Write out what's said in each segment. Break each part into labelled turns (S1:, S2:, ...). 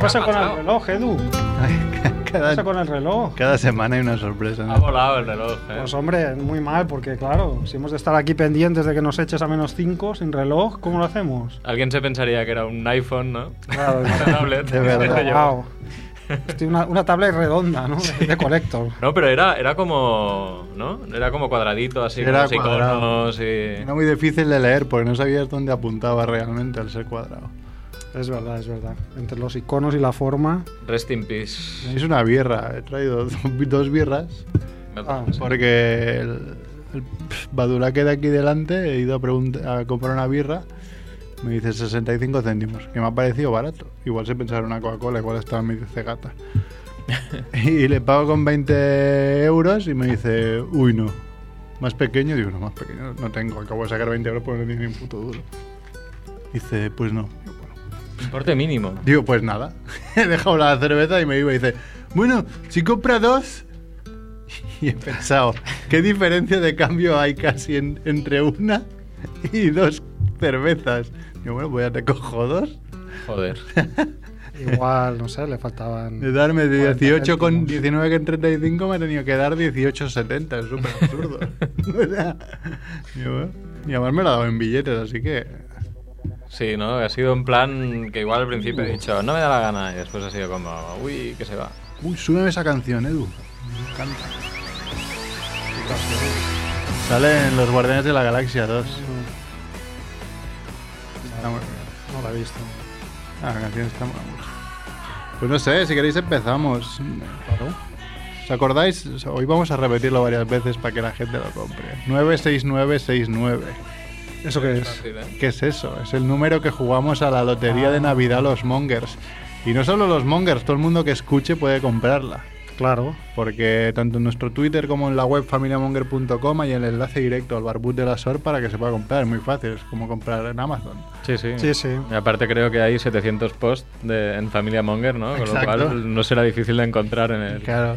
S1: pasa con el reloj, Edu? ¿Qué pasa
S2: Cada,
S1: con el reloj?
S2: cada semana hay una sorpresa.
S3: Ha
S2: ¿no?
S3: volado el reloj, eh.
S1: Pues hombre, muy mal, porque claro, si hemos de estar aquí pendientes de que nos eches a menos 5 sin reloj, ¿cómo lo hacemos?
S3: Alguien se pensaría que era un iPhone, ¿no?
S1: Claro,
S3: Una tablet.
S2: de verdad.
S3: Pero yo-
S1: Wow. Hostia, una, una tablet redonda, ¿no? De colector.
S3: No, pero era, era como. ¿No? Era como cuadradito, así,
S2: Era
S3: con los
S2: cuadrado.
S3: iconos
S1: eh.
S3: y.
S2: Era muy difícil de leer porque no sabías dónde apuntaba realmente al ser cuadrado.
S1: Es verdad, es verdad. Entre los iconos y la forma.
S3: Rest in peace.
S2: Es una birra. He traído dos birras
S1: Ah,
S2: porque el, el Badura que de aquí delante he ido a, pregunt- a comprar una birra. Me dice 65 céntimos, que me ha parecido barato. Igual se pensaba en una Coca-Cola, igual estaba medio cegata. y le pago con 20 euros y me dice, uy, no. Más pequeño, digo, no, más pequeño no tengo. Acabo de sacar 20 euros porque no tiene ni un puto duro. Dice, pues no. Digo, bueno.
S3: Importe mínimo.
S2: Digo, pues nada. He dejado la cerveza y me iba y dice, bueno, si compra dos... Y he pensado, ¿qué diferencia de cambio hay casi en- entre una y dos cervezas? Digo, bueno, pues ya te cojo dos.
S3: Joder.
S1: igual, no sé, le faltaban.
S2: De darme de
S1: 40
S2: 18 con
S1: céntimos.
S2: 19 que en 35 me he tenido que dar 18,70. Es súper absurdo. Digo, bueno, y además me lo ha dado en billetes, así que...
S3: Sí, ¿no? Ha sido en plan que igual al principio he dicho, no me da la gana, y después ha sido como, uy, que se va.
S2: Uy, súbeme esa canción, Edu. Me encanta. Sale en Los Guardianes de la Galaxia 2. Está muy bien.
S1: No la he visto.
S2: Ah, la canción está muy buena. Pues no sé, si queréis empezamos. ¿Os acordáis? O sea, Hoy vamos a repetirlo varias veces para que la gente lo compre. 96969.
S1: ¿Eso qué es?
S3: Fácil, ¿eh?
S2: ¿Qué es eso? Es el número que jugamos a la lotería de Navidad los Mongers. Y no solo los Mongers, todo el mundo que escuche puede comprarla.
S1: Claro.
S2: Porque tanto en nuestro Twitter como en la web familiamonger.com hay el enlace directo al barbut de la SOR para que se pueda comprar. Es muy fácil, es como comprar en Amazon.
S3: Sí, sí.
S1: Sí, sí.
S3: Y aparte creo que hay 700 posts de- en Familia Monger, ¿no? Con
S2: Exacto.
S3: lo cual no será difícil de encontrar en el...
S2: Claro.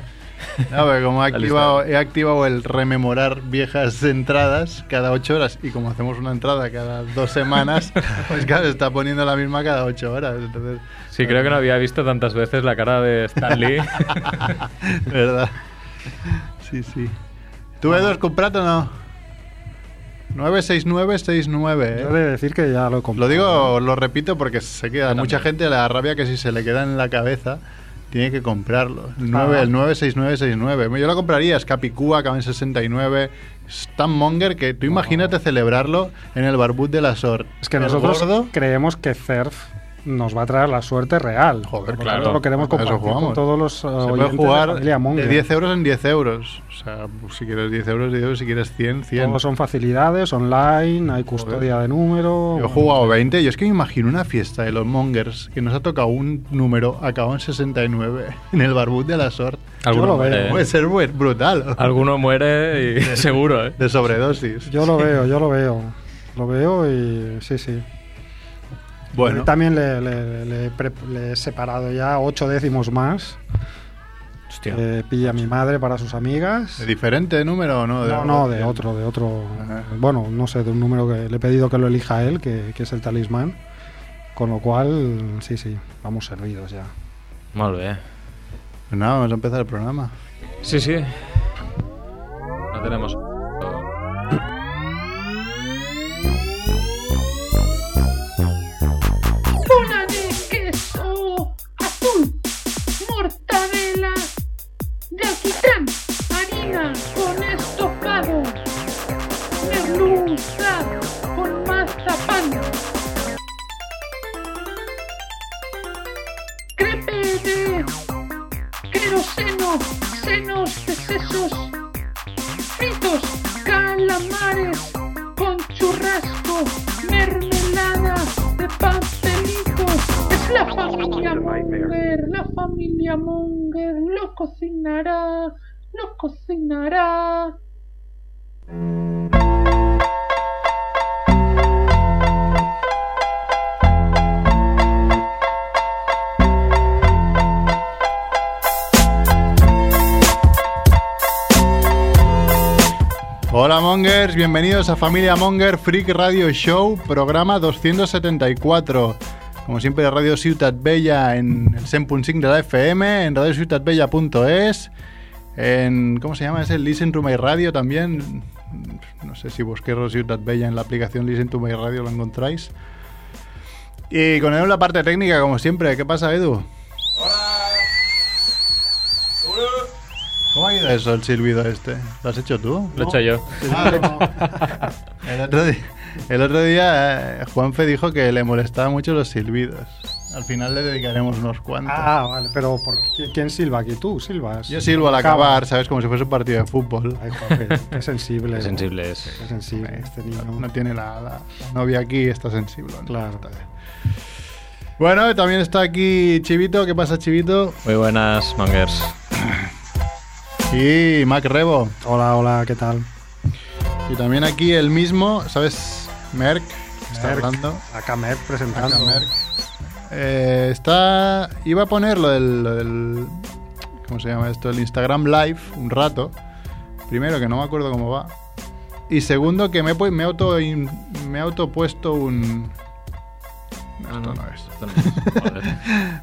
S2: No, porque como he
S3: La
S2: activado, he activado el rememorar viejas entradas cada ocho horas y como hacemos una entrada cada dos semanas, pues claro, está poniendo la misma cada ocho horas. Entonces,
S3: Sí, creo que no había visto tantas veces la cara de Stan Lee.
S2: ¿Verdad? Sí, sí. ¿Tú, Edu, comprato o no? 96969. ¿eh?
S1: Yo he de decir que ya lo he comprado.
S2: Lo digo, lo repito porque se queda. Mucha gente la rabia que si se le queda en la cabeza tiene que comprarlo. El, 9,
S1: Ah.
S2: el 96969. Yo lo compraría, es Capicúa, acaba en 69. Stan Monger, que tú imagínate celebrarlo en el barbud de la SOR.
S1: Es que
S2: El
S1: nosotros
S2: gordo,
S1: creemos que CERF nos va a traer la suerte real. Por
S2: Joder,
S1: lo
S3: claro.
S1: tanto, Lo queremos
S2: Para eso
S1: compartir con
S2: jugamos.
S1: todos los eh,
S2: se puede
S1: oyentes de
S2: jugar
S1: Familia
S2: de
S1: Monger.
S2: 10 euros en 10 euros. O sea, pues, si quieres 10 euros, 10 euros, si quieres 100, 100.
S1: Todos son facilidades online, hay custodia de número.
S2: Yo he jugado 20. Yo es que me imagino una fiesta de los Mongers que nos ha tocado un número acabado en 69 en el barbud de la SOR.
S1: Yo lo veo,
S3: muere,
S2: Puede ser buen- brutal.
S3: Alguno muere y seguro, ¿eh?
S2: De sobredosis.
S1: Yo lo veo, yo lo veo. Lo veo y sí, sí.
S2: Bueno,
S1: Yo También le, le- le he pre- le he separado ya ocho décimos más.
S3: Hostia.
S1: que pilla mi madre para sus amigas.
S2: ¿de diferente número o no?
S1: No, no, de otro, de otro.
S2: Ajá.
S1: Bueno, no sé, de un número que le he pedido que lo elija él, que, que es el talismán. Con lo cual, sí, sí, vamos servidos ya.
S3: Molt bé.
S2: Pues nada, vamos a empezar el programa.
S3: Sí, sí. No tenemos... O
S4: Bola de queso azul, mortadela de alquitrán, harina con estocados, merluza con mazapán, crepe de queroseno, senos de sesos, fritos, calamares con churrasco, mermelada de pastelitos. Es la familia Munger, la familia Munger lo cocinará, lo cocinará.
S2: Hola Mongers, bienvenidos a Familia Monger Freak Radio Show, programa 274. Como siempre, de Radio Ciutat Bella en el 100.5 de la FM, en radiociutatbella.es, en. ¿Cómo se llama? Es el Listen to My Radio también. No sé si busqué Radio Ciutat Bella en la aplicación Listen to My Radio, lo encontráis. Y con Edu en la parte técnica, como siempre. ¿Qué pasa, Edu? ¿Cómo ha ido eso, el silbido este? ¿Lo has hecho tú?
S3: Lo he hecho yo.
S2: Ah, no. el, otro día, el otro día, eh, Juanfe dijo que le molestaban mucho los silbidos. Al final le dedicaremos unos cuantos.
S1: Ah, vale, pero ¿por qué- ¿quién silba aquí? ¿Tú silbas?
S2: Yo silbo al acabar, ¿sabes? Como si fuese un partido de fútbol.
S1: Ay, Juanfe, qué sensible.
S3: Qué sensible es.
S1: Qué sensible
S2: Eh,
S1: este niño.
S2: No tiene la, la- la novia aquí, está sensible. ¿no?
S1: Claro.
S2: Está bien. Bueno, también está aquí Chivito. ¿Qué pasa, Chivito?
S3: Muy buenas, mangers.
S2: Y Mac Rebo.
S1: Hola, hola, ¿qué tal?
S2: Y también aquí el mismo, ¿sabes? Merck. que Está
S1: Merck.
S2: hablando.
S1: Acá Merck presentando.
S2: Acá Merck. Eh, está. Iba a poner lo del, lo del- ¿Cómo se llama esto? El Instagram Live un rato. Primero, que no me acuerdo cómo va. Y segundo, que me, he pu- me, he auto, me he autopuesto un.
S3: Ah,
S2: Esto no es.
S3: Esto no es. Joder.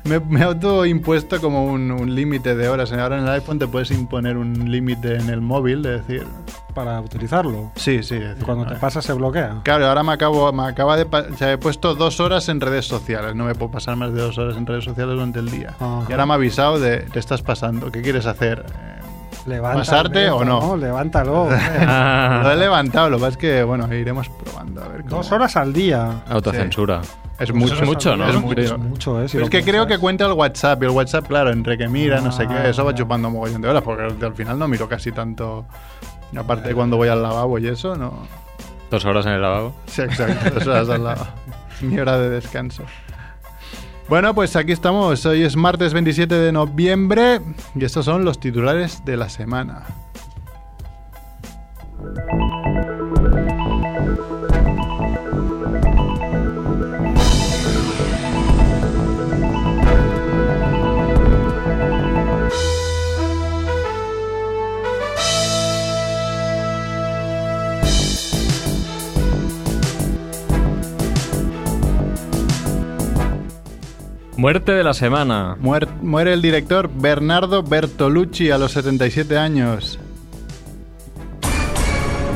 S2: Me, me he autoimpuesto como un, un límite de horas. Ahora en el iPhone te puedes imponer un límite en el móvil, de decir.
S1: Para utilizarlo.
S2: Sí, sí. de decir,
S1: Cuando
S2: no,
S1: te
S2: eh.
S1: pasa se bloquea.
S2: Claro, ahora me acabo, me acaba de, pa- o sea, he puesto dos horas en redes sociales. No me puedo pasar más de dos horas en redes sociales durante el día.
S1: Ajá.
S2: Y ahora me ha avisado de te estás pasando. ¿Qué quieres hacer? Eh,
S1: Levántalo.
S2: ¿Pasarte o no?
S1: Levántalo. hombre.
S2: Lo he
S3: Ah,
S2: levantado. Lo que pasa es que bueno, iremos probando a ver. Cómo.
S1: Dos horas al día.
S3: Autocensura.
S2: Es mucho,
S3: Es mucho, ¿no?
S2: Es
S1: Es
S2: mucho.
S1: mucho, ¿eh? Si
S2: Pero
S1: lo
S2: es que creo que
S1: piensas.
S2: cuenta el WhatsApp y el WhatsApp, claro, entre que mira, no sé
S1: Ah,
S2: qué, eso va
S1: ya.
S2: chupando un mogollón de horas porque al final no miro casi tanto. Aparte cuando voy al lavabo y eso, no.
S3: Dos horas en el lavabo.
S2: Sí, exacto. Dos horas al lado. Mi hora de descanso. Bueno, pues aquí estamos. Hoy es martes 27 de noviembre y estos son los titulares de la semana.
S3: Muerte de la semana.
S2: Muer- muere el director Bernardo Bertolucci a los 77 años.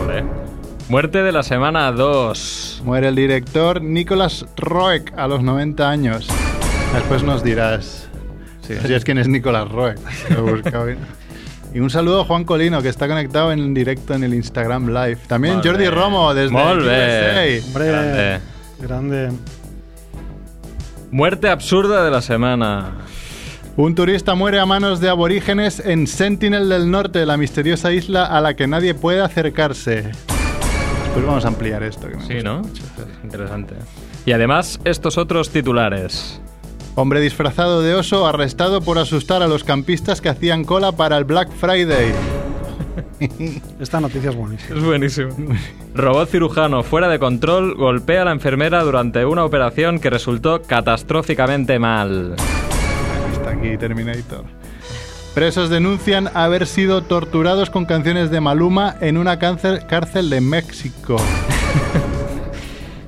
S3: Joder. Muerte de la semana 2.
S2: Muere el director Nicolas Roeg a los 90 años. Después nos dirás
S3: Sí.
S2: si es quién es Nicolas Roeg. Lo he buscado y- Y un saludo a Juan Colino, que está conectado en directo en el Instagram Live. También
S3: Molt
S2: Jordi
S3: bé.
S2: Romo, desde
S3: Molt bé.
S2: USA.
S1: Hombre,
S3: Grande.
S1: grande.
S3: Muerte absurda de la semana.
S2: Un turista muere a manos de aborígenes en Sentinel del Norte, la misteriosa isla a la que nadie puede acercarse. Pues vamos a ampliar esto. que me
S3: Sí,
S2: gusta
S3: ¿no?
S2: mucho.
S3: Interesante. ¿eh? Y además, estos otros titulares.
S2: Hombre disfrazado de oso arrestado por asustar a los campistas que hacían cola para el Black Friday.
S1: Esta noticia es buenísima.
S3: Es buenísimo. Robot cirujano fuera de control golpea a la enfermera durante una operación que resultó catastróficamente mal.
S2: Está aquí Terminator. Presos denuncian haber sido torturados con canciones de Maluma en una cáncer- cárcel de México.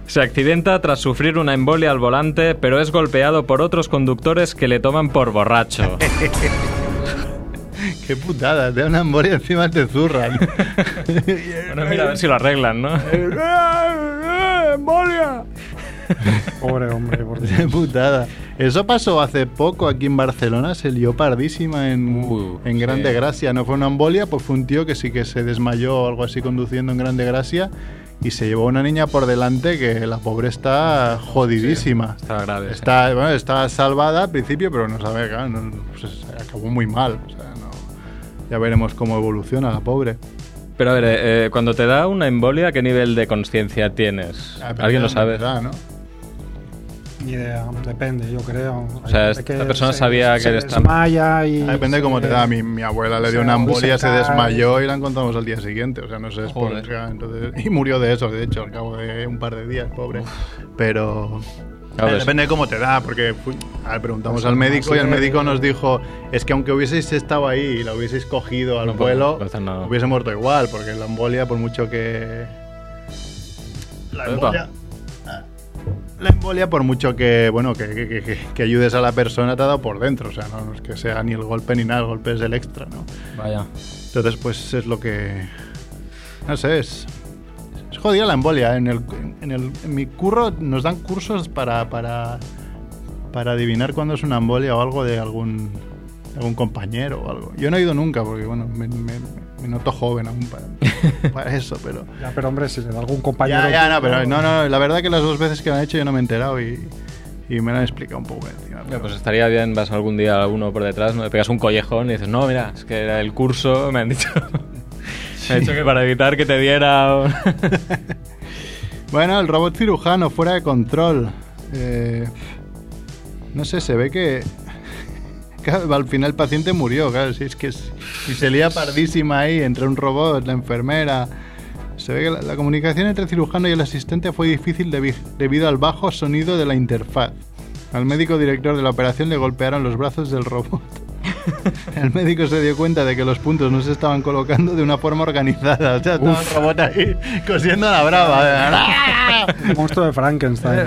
S3: Se accidenta tras sufrir una embolia al volante, pero es golpeado por otros conductores que le toman por borracho.
S2: Qué putada, te da una embolia encima te zurran.
S3: Bueno, mira, a ver si lo arreglan, ¿no? ¡Embolia!
S1: Pobre hombre, por
S2: Qué
S1: Dios.
S2: putada. Eso pasó hace poco aquí en Barcelona, se lió pardísima en,
S3: Uh,
S2: en Grande
S3: sí.
S2: Gracia. No fue una embolia, pues fue un tío que sí que se desmayó o algo así conduciendo en Grande Gracia y se llevó a una niña por delante que la pobre está jodidísima.
S3: Estaba grave. sí.
S2: Está, bueno, está salvada al principio, pero no sabe, claro, no- se- se acabó muy mal. o sea, no- ya veremos cómo evoluciona la pobre.
S3: Pero a ver, eh, eh, cuando te da una embolia, ¿qué nivel de conciencia tienes? ¿Alguien lo sabe?
S2: Ah, ¿Verdad, no?
S1: Ni idea, depende, yo creo. O
S3: sea, esta persona sabía que
S1: se
S3: le estaba-
S1: desmaya y.
S2: Ah, Depende de cómo
S1: se-
S2: te da. Mi, mi abuela le
S1: o
S2: dio
S1: sea,
S2: una
S1: o
S2: embolia,
S1: se
S2: se
S1: cae.
S2: desmayó y la encontramos al día siguiente. O sea, no sé, es por-
S3: Joder.
S2: claro, entonces- y murió de eso, de hecho, al cabo de un par de días, pobre. Pero...
S3: Claro,
S2: eh,
S3: es-
S2: depende de cómo te da, porque fui- ah, preguntamos
S1: Pues
S2: al
S1: no
S2: médico y
S1: sé.
S2: el médico nos dijo, es que aunque hubieseis estado ahí y la hubieseis cogido al
S3: No puedo
S2: vuelo,
S3: hacer nada".
S2: hubiese muerto igual, porque la embolia, por mucho que... La
S3: Epa.
S2: embolia... La embolia, por mucho que, bueno, que, que- que- que- que ayudes a la persona, te ha dado por dentro. O sea, no, no es que sea ni el golpe ni nada, el golpe es el extra, ¿no?
S3: Vaya.
S2: Entonces, pues es lo que. No sé, es. Es jodida la embolia. En, el, en, el- en mi curro nos dan cursos para, para, para adivinar cuándo es una embolia o algo de algún, de algún compañero o algo. Yo no he ido nunca porque, bueno, me, me, me noto joven aún para, para eso, pero.
S1: Ya, pero hombre, si le da algún compañero.
S2: Ya, ya, no, pero
S1: tuyo,
S2: no, no, la verdad que las dos veces que lo han hecho yo no me he enterado y, y me lo han explicado un poco por encima. pero-
S3: pues estaría bien, vas algún día a uno por detrás, ¿no? Le pegas un collejón y dices, no, mira, es que era el curso, me han dicho. Me han dicho que para evitar que te diera. un-
S2: Bueno, el robot cirujano fuera de control. Eh, no sé, se ve que, que al final el paciente murió, claro, si es que es- si se lía pardísima ahí entre un robot, la enfermera. Se ve que la, la comunicación entre el cirujano y el asistente fue difícil debi- debido al bajo sonido de la interfaz. Al médico director de la operación le golpearon los brazos del robot. El médico se dio cuenta de que los puntos no se estaban colocando de una forma organizada. O sea, estaba el robot ahí cosiendo a la brava.
S1: El monstruo de Frankenstein.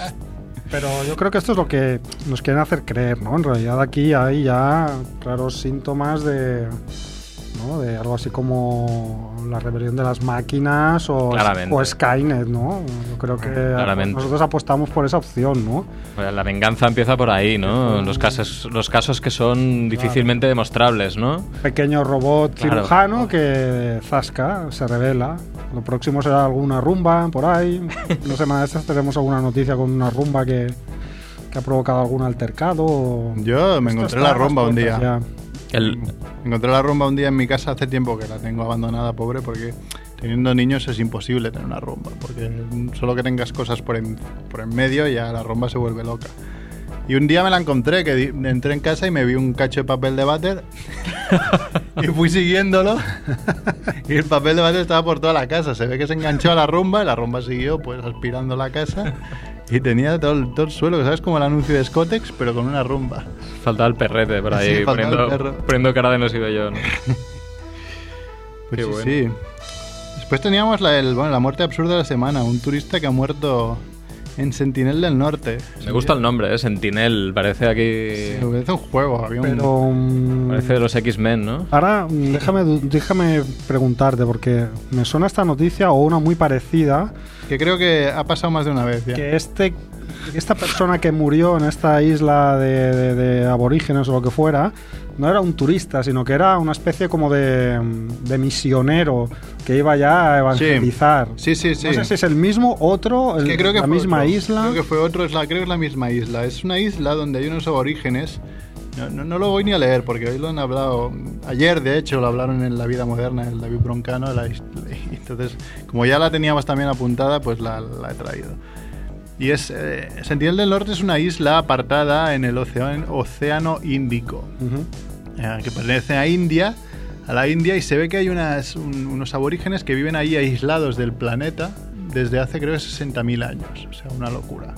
S1: Pero yo creo que esto es lo que nos quieren hacer creer, ¿no? En realidad aquí hay ya claros síntomas de, ¿no? de algo así como la rebelión de las máquinas o,
S3: Claramente.
S1: o Skynet, ¿no? Yo creo que
S3: Claramente.
S1: nosotros apostamos por esa opción, ¿no?
S3: Bueno, La venganza empieza por ahí, ¿no? Los casos, los casos que son difícilmente demostrables, ¿no?
S1: Pequeño robot
S3: Claro.
S1: cirujano que zasca, se revela. Lo próximo será alguna rumba por ahí. Una semana de estas tenemos alguna noticia con una rumba que, que ha provocado algún altercado. o-
S2: Yo me encontré la rumba un día.
S1: Ya.
S3: El,
S2: Encontré la rumba un día en mi casa hace tiempo que la tengo abandonada, pobre, porque teniendo niños es imposible tener una rumba, porque solo que tengas cosas por en, por en medio ya la rumba se vuelve loca. Y un día me la encontré, que di- entré en casa y me vi un cacho de papel de váter y fui siguiéndolo. y el papel de váter estaba por toda la casa. Se ve que se enganchó a la rumba y la rumba siguió pues aspirando la casa. Y tenía todo el, todo el suelo, ¿sabes? Como el anuncio de Scotex, pero con una rumba.
S3: faltaba el perrete por ahí,
S2: Sí, faltaba el
S3: poniendo,
S2: perro.
S3: poniendo cara de no he sido yo, ¿no?
S2: Pues
S3: Qué
S2: sí,
S3: bueno.
S2: sí. Después teníamos la, el- bueno, la muerte absurda de la semana, un turista que ha muerto en Sentinel del Norte.
S3: Me gusta el nombre, ¿eh? Sentinel, parece
S2: Sí,
S3: aquí.
S2: me parece un juego, había un-
S1: Eh. Pero. mm,
S3: Parece de los X-Men, ¿no?
S1: Ahora, mm, déjame, du- déjame preguntarte, porque me suena esta noticia o una muy parecida,
S2: que creo que ha pasado más de una vez ya.
S1: que este, esta persona que murió en esta isla de, de- de aborígenes o lo que fuera, no era un turista, sino que era una especie como de, mm, de misionero que iba ya a evangelizar.
S2: Sí, sí, sí.
S1: No sé si es el mismo, otro,
S2: Es
S1: el-
S2: que creo que
S1: la
S2: fue
S1: misma
S2: otro.
S1: isla.
S2: Creo que fue otro, es la, creo que es la misma isla. Es una isla donde hay unos aborígenes. No, no- no lo voy ni a leer porque hoy lo han hablado. Ayer, de hecho, lo hablaron en La Vida Moderna, el David Broncano. la his- entonces, como ya la teníamos también apuntada, pues la, la he traído. Y es. eh, Sentinel del Norte es una isla apartada en el Océano, océano Índico
S1: Ujú.
S2: eh, que pertenece a India, a la India, y se ve que hay unas- un- unos aborígenes que viven ahí aislados del planeta desde hace creo que 60.000 años, o sea, una locura.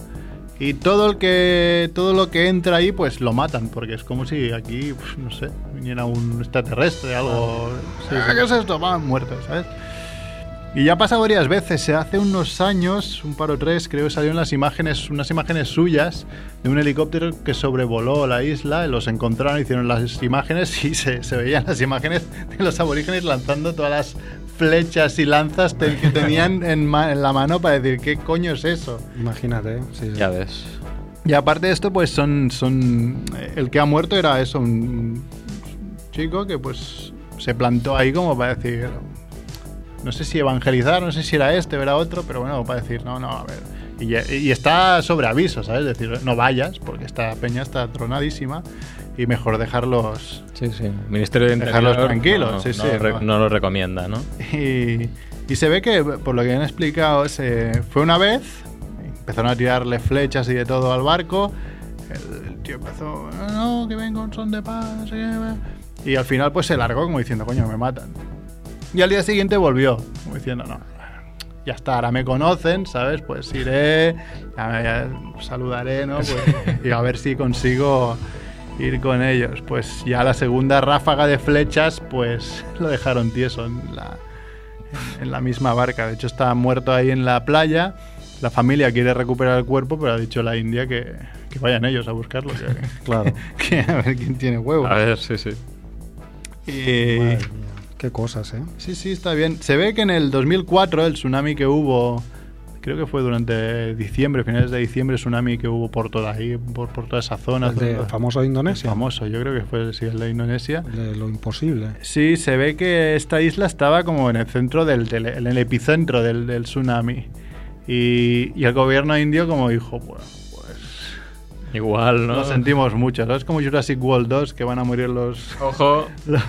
S2: Y todo, el que, todo lo que entra ahí, pues lo matan, porque es como si aquí, pues, no sé, viniera un extraterrestre, algo... "Ah, ¿Qué es esto? Va, muerto, ¿sabes? Y ya ha pasado varias veces. Se hace unos años, un par o tres, creo, salieron las imágenes, unas imágenes suyas de un helicóptero que sobrevoló la isla. Los encontraron, hicieron las imágenes y se, se veían las imágenes de los aborígenes lanzando todas las flechas y lanzas te- que tenían en, ma- en la mano para decir qué coño es eso.
S1: Imagínate. sí, sí.
S3: Ya ves.
S2: Y aparte de esto, pues son, son eh, el que ha muerto era eso, un chico que pues se plantó ahí como para decir, no sé si evangelizar, no sé si era este o era otro, pero bueno, para decir, no, no, a ver. Y, ya- y está sobre aviso, ¿sabes? Es decir, no vayas porque esta peña está tronadísima y mejor dejarlos
S3: Sí, sí. Ministerio de Interior.
S2: Dejarlos tranquilos, sí, sí,
S3: No, re-
S2: no.
S3: no lo recomienda, ¿no?
S2: Y, y se ve que, por lo que han explicado, se fue una vez, empezaron a tirarle flechas y de todo al barco. El, el tío empezó, no, que vengo un son de paz. no sé qué". Y al final, pues se largó como diciendo, coño, me matan. Y al día siguiente volvió, como diciendo, no, ya está, ahora me conocen, ¿sabes? Pues iré, ya me- ya saludaré, ¿no? Pues, y a ver si consigo ir con ellos. Pues ya la segunda ráfaga de flechas, pues lo dejaron tieso en la, en la misma barca. De hecho, estaba muerto ahí en la playa. La familia quiere recuperar el cuerpo, pero ha dicho la India que, que vayan ellos a buscarlo. que-
S1: Claro.
S2: que a ver quién tiene huevos.
S3: A ver, sí, sí.
S2: Y-
S1: Madre mía, Qué cosas, ¿eh?
S2: Sí, sí, está bien. Se ve que en el 2004 el tsunami que hubo, creo que fue durante diciembre, finales de diciembre, tsunami que hubo por toda ahí, por, por toda esa zona.
S1: El de-
S2: todo-
S1: el famoso de Indonesia.
S2: famoso, yo creo que fue sí, el de Indonesia.
S1: El De lo imposible.
S2: Sí, se ve que esta isla estaba como en el centro del, del- en el epicentro del, del tsunami. Y, y el gobierno indio como dijo, bueno, pues
S3: Igual, ¿no?
S2: lo sentimos mucho. ¿no? Es como Jurassic World 2 que van a morir los...
S3: Ojo.
S2: los-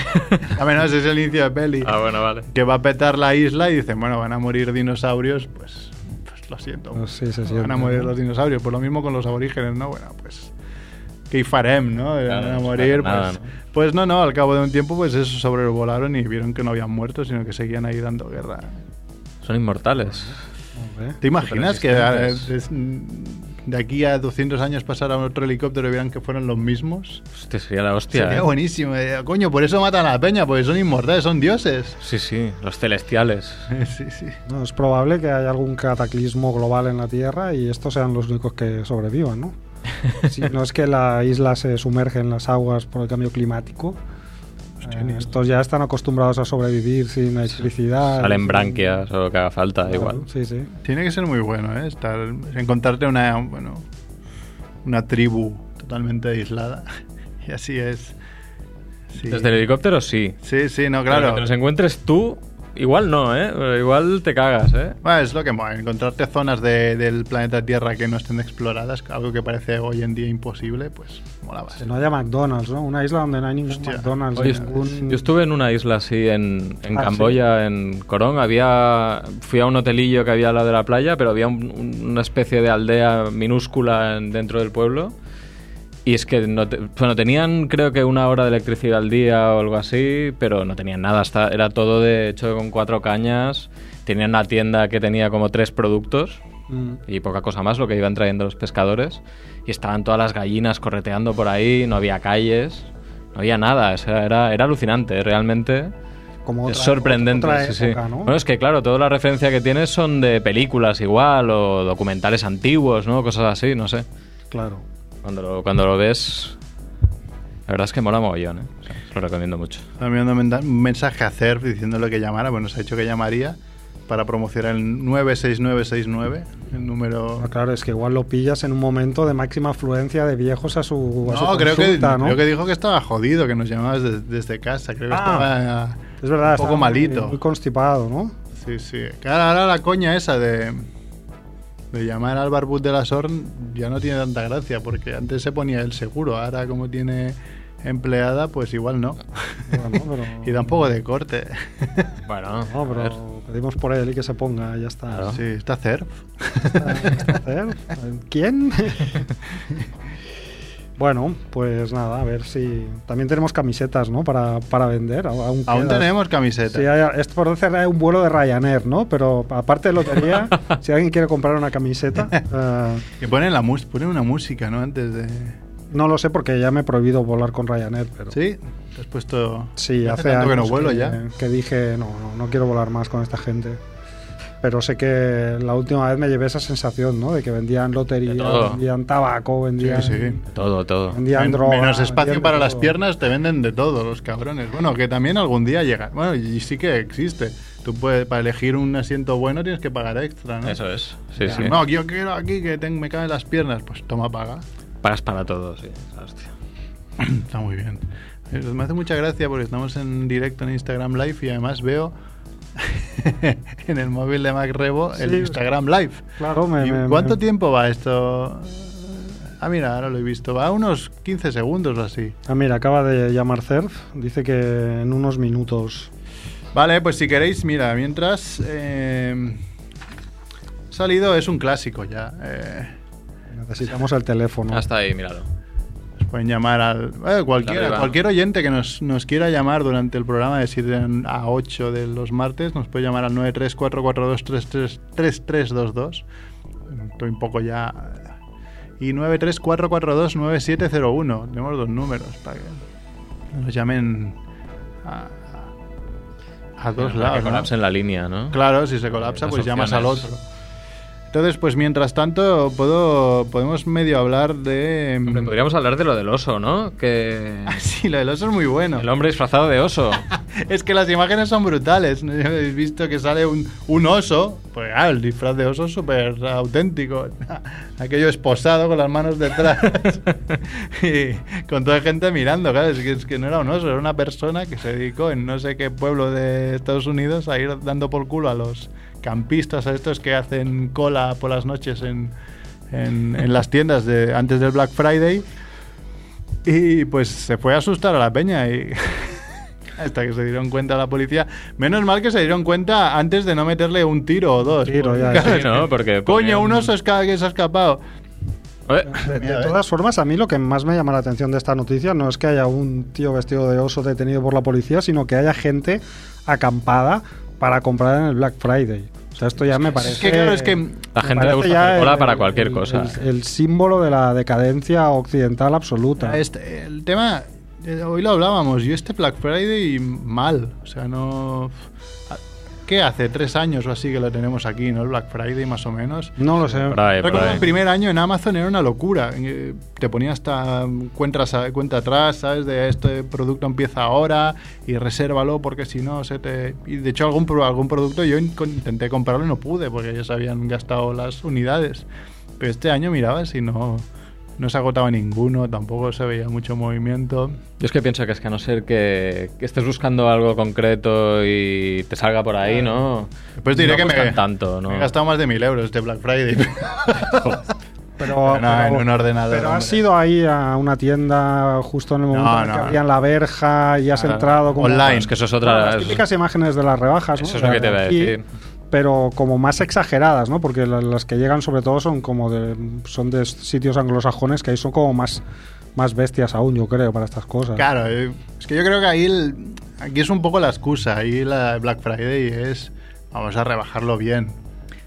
S2: a menos es el inicio de peli
S3: Ah, bueno, vale.
S2: que va a petar la isla y dicen, bueno, van a morir dinosaurios, pues, pues lo siento.
S1: Pues sí, se
S2: van
S1: siente,
S2: a morir
S1: ¿no?
S2: los dinosaurios. Por lo mismo con los aborígenes, ¿no? Bueno, pues... Que farem, ¿no? van a
S3: no se
S2: morir.
S3: hace nada,
S2: pues,
S3: ¿no?
S2: pues no, no, al cabo de un tiempo, pues eso sobrevolaron y vieron que no habían muerto, sino que seguían ahí dando guerra.
S3: Son inmortales.
S1: Hombre.
S2: ¿Te imaginas que eh,
S3: Superresistentes.
S2: des- de aquí a 200 años pasara otro helicóptero y vieran que fueron los mismos?
S3: Hostia, sería la hostia.
S2: Sería
S3: ¿eh?
S2: buenísimo. eh, Coño, por eso matan a la peña, porque son inmortales, son dioses.
S3: Sí, sí, los celestiales.
S2: sí, sí.
S1: No, es probable que haya algún cataclismo global en la Tierra y estos sean los únicos que sobrevivan, ¿no? Si no es que la isla se sumerge en las aguas por el cambio climático, eh, estos ya están acostumbrados a sobrevivir sin
S2: Ah,
S1: electricidad.
S3: Salen
S1: sin-
S3: branquias o lo que haga falta,
S1: Claro,
S3: igual.
S1: Sí, sí.
S2: Tiene que ser muy bueno, ¿eh? Estar, encontrarte una, bueno, una tribu totalmente aislada. Y así es. Sí.
S3: Desde el helicóptero, sí.
S2: Sí, sí,
S3: Pero
S2: no, claro.
S3: Que te los encuentres tú, igual no, ¿eh? Pero Igual te cagas, ¿eh?
S2: Bueno, es lo que mola, encontrarte zonas de- del planeta Tierra que no estén exploradas, algo que parece hoy en día imposible, pues molaba.
S1: Que no haya McDonald's, ¿no? Una isla donde no hay ningún
S2: Hostia.
S1: McDonald's.
S3: Oye,
S1: ningún-
S3: yo estuve en una isla así en, en
S1: Ah,
S3: Camboya, en Corón. Había, fui a un hotelillo que había al lado de la playa, pero había un- un- una especie de aldea minúscula en- dentro del pueblo. Y es que no te- bueno, tenían creo que una hora de electricidad al día o algo así, pero no tenían nada. Hasta, era todo de hecho con cuatro cañas. Tenían una tienda que tenía como tres productos
S1: Mm.
S3: y poca cosa más lo que iban trayendo los pescadores. Y estaban todas las gallinas correteando por ahí, no había calles, no había nada. O sea, era, era alucinante, ¿eh? realmente.
S1: Como otra-
S3: es sorprendente.
S1: otra
S3: sí, sí.
S1: época, ¿no?
S3: Bueno, es que claro, toda la referencia que tienes son de películas igual o documentales antiguos, ¿no? Cosas así, no sé.
S1: Claro.
S3: Cuando lo, cuando lo ves, la verdad es que mola mogollón, ¿eh? O sea, os lo recomiendo mucho.
S2: También mandó menda- un mensaje a CERF diciéndole que llamara, bueno, se ha dicho que llamaría para promocionar el 96969, el número...
S1: Ah, claro, es que igual lo pillas en un momento de máxima afluencia de viejos a su, a su
S2: No, creo que,
S1: consulta, ¿no?
S2: creo que dijo que estaba jodido, que nos llamabas de- desde casa. Creo que
S1: Ah.
S2: estaba.
S1: Es verdad,
S2: Un
S1: estaba
S2: poco
S1: muy-
S2: malito.
S1: Muy constipado, ¿no?
S2: Sí, sí. Claro, ahora la coña esa de. De llamar al barbud de la Sorn ya no tiene tanta gracia, porque antes se ponía el seguro, ahora como tiene empleada, pues igual no.
S1: Bueno,
S2: Y da un poco de corte.
S1: pero,
S3: Bueno,
S1: no,
S3: a ver.
S1: pero pedimos por él y que se ponga, ya está.
S3: Claro.
S2: Sí, está CERF.
S1: ¿Eh? ¿Quién? bueno, pues nada, a ver si. También tenemos camisetas, ¿no? Para, para vender. Aún,
S2: Aún
S1: quedan.
S2: tenemos camiseta.
S1: Sí, hay- es por hacer un vuelo de Ryanair, ¿no? Pero aparte de lotería, si alguien quiere comprar una camiseta, eh,
S2: Que ponen, la mus- ponen una música, ¿no? Antes de.
S1: no lo sé porque ya me he prohibido volar con Ryanair, pero.
S2: ¿Sí? ¿Te has puesto.?
S1: Sí, hace,
S2: tanto
S1: años
S2: que no vuelo ya.
S1: que dije, no, no, no quiero volar más con esta gente. Pero sé que la última vez me llevé esa sensación, ¿no? De que vendían lotería,
S3: De todo.
S1: vendían tabaco, vendían,
S2: sí.
S3: Todo, todo.
S1: vendían
S2: Men-
S1: droga.
S2: menos espacio
S1: vendían
S2: para
S1: todo.
S2: las piernas, te venden de todo, los cabrones. Bueno, que también algún día llega. Bueno, y sí que existe. Tú puedes, para elegir un asiento bueno tienes que pagar extra, ¿no?
S3: Eso es. Sí,
S2: Ya,
S3: sí.
S2: No, yo quiero aquí que ten- me caen las piernas. Pues toma, paga.
S3: Pagas para todo, sí. Hostia.
S2: Está muy bien. Eh, Me hace mucha gracia porque estamos en directo en Instagram Live y además veo en el móvil de Mac Rebo el
S1: Sí.
S2: Instagram Live.
S1: Claro, me,
S2: ¿Y
S1: me-
S2: ¿Cuánto
S1: me-
S2: tiempo va esto? Ah, mira, ahora lo he visto. Va unos 15 segundos o así.
S1: Ah, mira, acaba de llamar CERF. Dice que en unos minutos.
S2: Vale, pues si queréis, mira, mientras. eh, salido es un clásico ya. eh,
S1: Necesitamos el teléfono.
S3: Hasta ahí, míralo.
S2: os pueden llamar al. eh, cualquiera,
S3: Arriba.
S2: cualquier oyente que nos, nos quiera llamar durante el programa de 7 a 8 de los martes, nos puede llamar al 934423322. Estoy un poco ya. Y 934429701. Tenemos dos números para que nos llamen a, a dos
S3: Para
S2: lados.
S3: Que
S2: ¿no?
S3: colapsen la línea, ¿no?
S2: Claro, si se colapsa,
S3: Las
S2: pues llamas al
S3: opciones.
S2: otro. Entonces, pues mientras tanto, puedo, podemos medio hablar de.
S3: Hombre, podríamos hablar de lo del oso, ¿no? Que
S2: Ah, sí, lo del oso es muy bueno.
S3: el hombre disfrazado de oso.
S2: Es que las imágenes son brutales. ¿No habéis visto que sale un, un oso? Pues ah, el disfraz de oso es súper auténtico. Aquello esposado con las manos detrás. y con toda gente mirando, claro. Es que, es que no era un oso, era una persona que se dedicó en no sé qué pueblo de Estados Unidos a ir dando por culo a los campistas, a estos que hacen cola por las noches en, en- en las tiendas de, antes del Black Friday. Y pues se fue a asustar a la peña y hasta que se dieron cuenta la policía. Menos mal que se dieron cuenta antes de no meterle un tiro o dos.
S1: Tiro,
S2: porque,
S1: ya,
S2: claro,
S1: sí.
S2: es que,
S3: ¿no? Porque
S2: Coño,
S3: ponían-
S2: un oso es cada que se ha escapado.
S3: Eh,
S1: De,
S2: Mira,
S1: de
S2: eh.
S1: todas formas, a mí lo que más me llama la atención de esta noticia no es que haya un tío vestido de oso detenido por la policía, sino que haya gente acampada para comprar en el Black Friday. O sea, esto ya me parece.
S2: Es que claro, es que
S3: La
S1: me
S3: gente le
S1: parece
S3: gusta
S1: ya
S3: hacer cola
S1: el-
S3: para cualquier
S1: el-
S3: cosa.
S1: El, el símbolo de la decadencia occidental absoluta.
S2: este- el tema, eh, hoy lo hablábamos, yo este Black Friday mal, o sea, no... ¿Qué hace? Tres años o así que lo tenemos aquí, ¿no? El Black Friday más o menos.
S1: No lo sé.
S3: por ahí, por
S2: Recuerdo
S3: ahí.
S2: el primer año en Amazon era una locura. Eh, Te ponía hasta cuenta, cuenta atrás, ¿sabes? De este producto empieza ahora y resérvalo porque si no se te... Y de hecho algún, pro- algún producto yo in- con- intenté comprarlo y no pude porque ya se habían gastado las unidades. Pero este año mirabas y no, no se agotaba ninguno, tampoco se veía mucho movimiento.
S3: Yo es que pienso que es que a no ser que, que estés buscando algo concreto y te salga por ahí, ¿no?
S2: Pues diré
S3: No
S2: que me,
S3: buscan tanto, ¿no?
S2: me he gastado más de mil euros este Black Friday.
S1: Pero,
S2: No, en un ordenador,
S1: Pero has
S2: hombre.
S1: ido ahí a una tienda justo en el momento
S2: No,
S1: en que
S2: no.
S1: abrían la verja y has
S2: Ah,
S1: entrado como
S2: online.
S3: Es que eso es otra.
S1: Las típicas imágenes de las rebajas, ¿no?
S3: Eso es lo que te iba a
S1: Aquí,
S3: decir.
S1: Pero como más exageradas, ¿no? Porque la- las que llegan sobre todo son como de son de sitios anglosajones que ahí son como más más bestias aún, yo creo, para estas cosas.
S2: Claro, eh, es que yo creo que ahí el- aquí es un poco la excusa. Ahí la Black Friday es vamos a rebajarlo bien.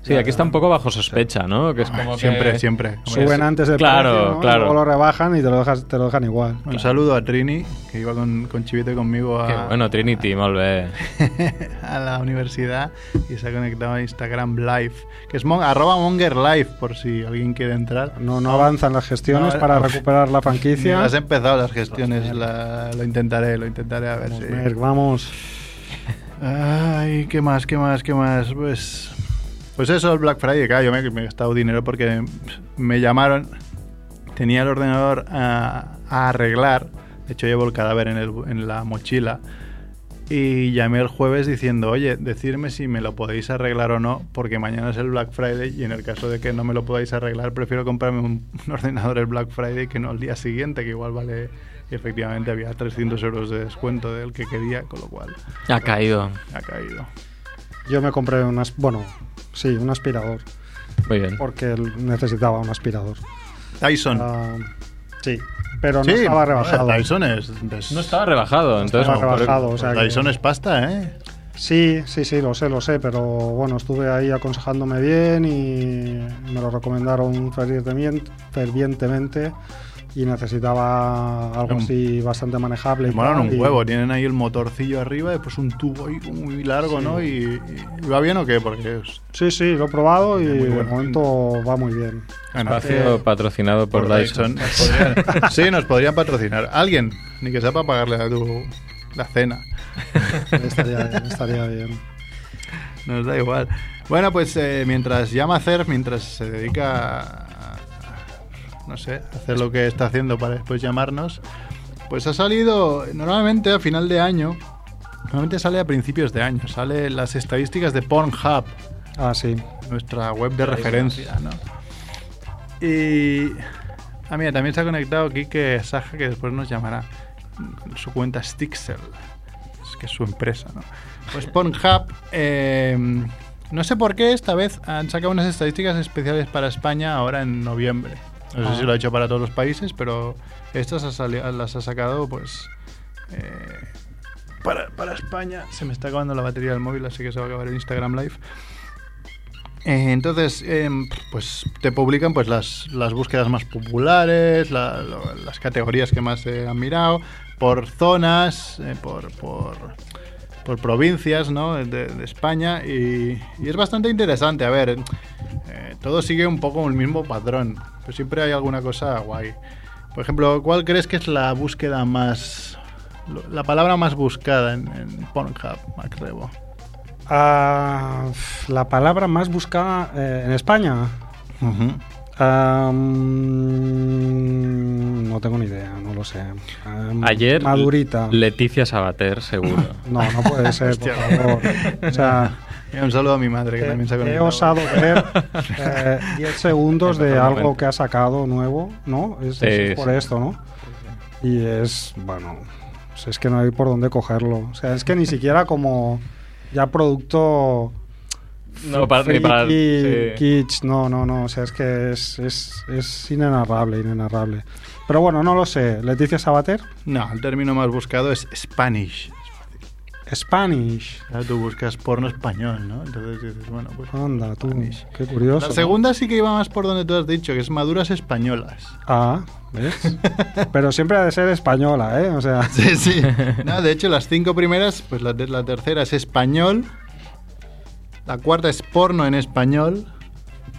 S3: Sí, aquí está un poco bajo sospecha, ¿no? Que es
S2: Ah,
S3: como que-
S2: siempre, siempre. Hombre,
S1: Suben antes del
S3: Claro,
S1: precio, ¿no?
S3: claro.
S1: luego lo rebajan y te lo dejas te lo dejan igual.
S2: Un saludo a Trini, que iba con, con Chivito y conmigo
S3: Qué
S2: a,
S3: bueno, Trinity, mal ve.
S2: a la universidad y se ha conectado a Instagram Live, que es mon- arroba Monger Live, por si alguien quiere entrar.
S1: No, no avanzan las gestiones
S2: No,
S1: para
S2: no.
S1: recuperar la
S2: Ni
S1: franquicia.
S2: Has empezado las em- gestiones, la- lo intentaré, lo intentaré a ver
S1: Vamos,
S2: si...
S1: Merck, vamos.
S2: Ay, ¿qué más? ¿Qué más? ¿Qué más? Pues, pues eso, el Black Friday. Claro, yo me, me he gastado dinero porque me llamaron. Tenía el ordenador a, a arreglar. De hecho, llevo el cadáver en, el- en la mochila. Y llamé el jueves diciendo, oye, decirme si me lo podéis arreglar o no, porque mañana es el Black Friday y en el caso de que no me lo podáis arreglar, prefiero comprarme un, un ordenador el Black Friday que no el día siguiente, que igual vale, y efectivamente había 300 euros de descuento del que quería, con lo cual
S3: Ha caído.
S2: ha caído.
S1: Yo me compré unas, bueno, sí, un aspirador
S3: Muy bien.
S1: porque necesitaba un aspirador.
S2: Tyson.
S1: Ah, sí, pero no estaba rebajado.
S2: joder, Tyson es. es-
S3: No estaba rebajado, entonces.
S1: estaba
S3: no,
S1: rebajado, o sea que-
S2: Tyson es pasta, ¿eh?
S1: Sí, sí, sí, lo sé, lo sé, pero bueno, estuve ahí aconsejándome bien y me lo recomendaron fervientemien- fervientemente y necesitaba algo
S2: Mm.
S1: así bastante manejable. y
S2: Le molan
S1: tal,
S2: un
S1: y-
S2: huevo. Tienen ahí el motorcillo arriba, después un tubo ahí como muy largo, ¿no? Y, y- ¿Va bien o qué? Porque es.
S1: Sí, sí, lo he probado y
S2: Muy
S1: de
S2: bueno.
S1: momento va muy bien.
S2: bueno,
S3: Espacio
S2: eh,
S3: patrocinado por, Dyson.
S2: Nos podrían- sí, nos podrían patrocinar. Alguien, ni que sepa pagarle a tu, la cena.
S1: Estaría bien, estaría bien.
S2: Nos da igual. Bueno, pues eh, mientras llama Cerf, mientras se dedica a, no sé, a hacer lo que está haciendo para después llamarnos, pues ha salido normalmente a final de año, normalmente sale a principios de año, sale las estadísticas de Pornhub,
S1: Ah, sí.
S2: nuestra web de referencia, ¿no? Y... Ah, mira, también se ha conectado Kike Saja, que después nos llamará. Su cuenta es Stixel. Es que es su empresa, ¿no? Pues Pornhub... eh, no sé por qué esta vez han sacado unas estadísticas especiales para España ahora en noviembre. No sé
S1: Ah.
S2: si lo ha hecho para todos los países, pero estas ha sali- las ha sacado pues... eh, para, para España. Se me está acabando la batería del móvil, así que se va a acabar el Instagram Live. Eh, entonces, em, pues te publican pues las, las búsquedas más populares, la- lo- las categorías que más se han mirado, por zonas, eh, por, por, por provincias ¿no? de, de España y, y es bastante interesante. A ver, eh, eh, todo sigue un poco el mismo patrón, pero siempre hay alguna cosa guay. Por ejemplo, ¿cuál crees que es la búsqueda más... lo- la palabra más buscada en, en Pornhub, Max Rebo?
S1: Ah, la palabra más buscada eh, en España. Ah, mm, no tengo ni idea, no lo sé. Ah,
S3: Ayer,
S1: Madurita.
S3: Leticia Sabater, seguro.
S1: No, no puede ser, por
S2: Hostia.
S1: favor. O sea,
S2: Mira, Eh, un saludo a mi madre que
S1: he,
S2: también se ha
S1: he
S2: conectado.
S1: osado ver eh, 10 segundos
S3: En
S1: de
S3: otro
S1: algo
S3: momento.
S1: que ha sacado nuevo, ¿no? Es,
S3: Sí,
S1: es por
S3: sí.
S1: esto, ¿no? Y es, bueno, pues es que no hay por dónde cogerlo. O sea, es que ni siquiera como ya producto
S3: no, para, ni
S1: friki,
S3: para- sí.
S1: kitsch, no, no, no. O sea, es que es, es, es inenarrable, inenarrable. Pero bueno, no lo sé. Leticia Sabater,
S2: No, el término más buscado es Spanish.
S1: Spanish.
S2: Claro, tú buscas porno español, ¿no? Entonces dices, bueno, pues...
S1: Anda, tú.
S2: Spanish.
S1: Qué Ah, curioso.
S2: La segunda sí que iba más por donde tú has dicho, que es maduras españolas.
S1: Ah, ¿ves? Pero siempre ha de ser española, ¿eh? O sea,
S2: Sí, sí. No, de hecho, las cinco primeras, pues la, la tercera es español, la cuarta es porno en español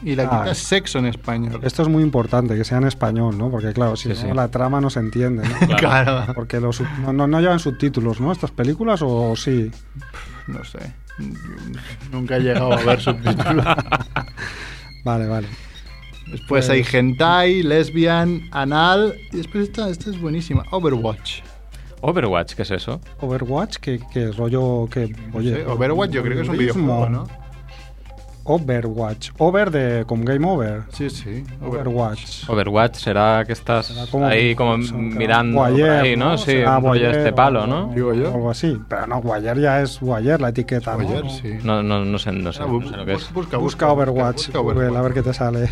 S2: y la
S1: Ah.
S2: quinta es sexo en español.
S1: esto es muy importante, que sea en español, ¿no? Porque claro, si
S3: Sí,
S1: no,
S3: sí.
S1: la trama no se entiende, ¿no?
S2: Claro.
S1: Porque los, sub- no, no- no llevan subtítulos, ¿no? Estas películas o, o sí.
S2: No sé. Yo Nunca he llegado a ver subtítulos.
S1: Vale, vale.
S2: Después hay
S1: Pues-
S2: hentai, lesbian, anal. Y después esta, esta es buenísima. Overwatch.
S3: Overwatch, ¿qué es eso?
S1: Overwatch, que, que rollo que... Oye,
S2: Sí, Overwatch yo creo que es un videojuego, ¿no?
S1: Overwatch. Over de como Game Over.
S2: Sí, sí.
S1: Overwatch.
S3: Overwatch será que estás
S1: Será como-
S3: ahí como
S1: son-
S3: mirando
S1: Guayer,
S3: por ahí, ¿no?
S1: ¿no?
S3: Sí,
S1: Será
S3: un rollo de
S1: Guayer
S3: este
S1: o-
S3: palo, ¿no?
S2: Digo yo.
S1: Algo así. Pero no, Guayer ya es Guayer la etiqueta, ¿no?
S2: Ayer, sí.
S3: No, no, no sé, no sé,
S2: Ah,
S3: no
S2: bu-
S3: sé lo que es.
S2: busca,
S1: Busca Overwatch,
S2: busca
S1: Google, a ver qué te sale.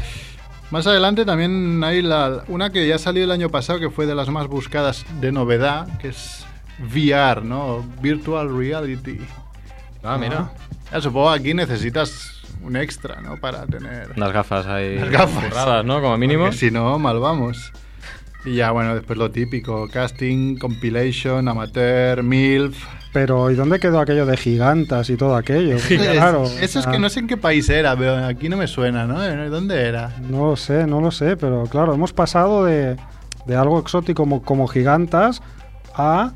S2: Más adelante también hay la, una que ya salió el año pasado, que fue de las más buscadas de novedad, que es VR, ¿no? Virtual Reality.
S3: Ah, mira.
S2: Ya, supongo aquí necesitas un extra, ¿no? Para tener...
S3: Unas gafas ahí.
S2: Unas gafas.
S3: curradas, ¿no? Como mínimo.
S2: Porque si no, mal vamos. Y ya, bueno, después lo típico, casting, compilation, amateur, MILF.
S1: Pero ¿y dónde quedó aquello de gigantas y todo aquello? Pues Claro,
S2: Es- eso es
S1: o sea,
S2: que no sé en qué país era, pero aquí no me suena, ¿no? ¿Dónde era?
S1: No lo sé, no lo sé, pero claro, hemos pasado de, de algo exótico como, como gigantas a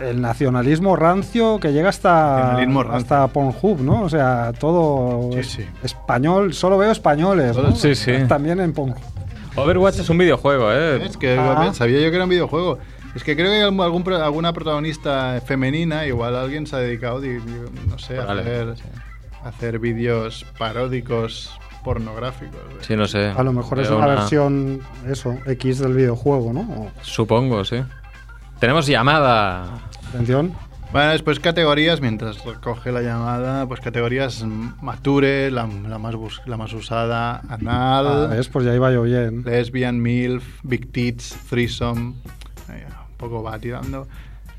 S1: el nacionalismo rancio que llega hasta,
S2: Nacionalismo rancio.
S1: hasta Pornhub, ¿no? O sea, todo
S2: Sí,
S1: es-
S2: sí.
S1: español, solo veo españoles,
S2: Solo-
S1: ¿no?
S3: sí, sí.
S1: También en Pornhub.
S3: Overwatch es un videojuego, ¿eh?
S2: Es que
S1: Ah.
S2: sabía yo que era un videojuego. Es que creo que hay algún, algún pro- alguna protagonista femenina, igual alguien se ha dedicado, di- di- no sé, a
S3: Vale.
S2: hacer, a hacer vídeos paródicos pornográficos. ¿eh?
S3: Sí, no sé.
S1: A lo mejor es
S3: Veo
S1: una versión, eso, X del videojuego, ¿no? O-
S3: Supongo, sí. Tenemos llamada.
S1: atención.
S2: Bueno, después categorías, mientras recoge la llamada, pues categorías mm, mature, la, la más, bus- la más usada,
S1: Ah,
S2: anal,
S1: ¿ves? Pues ya iba yo bien.
S2: lesbian, milf, big tits, threesome, eh, un poco va tirando.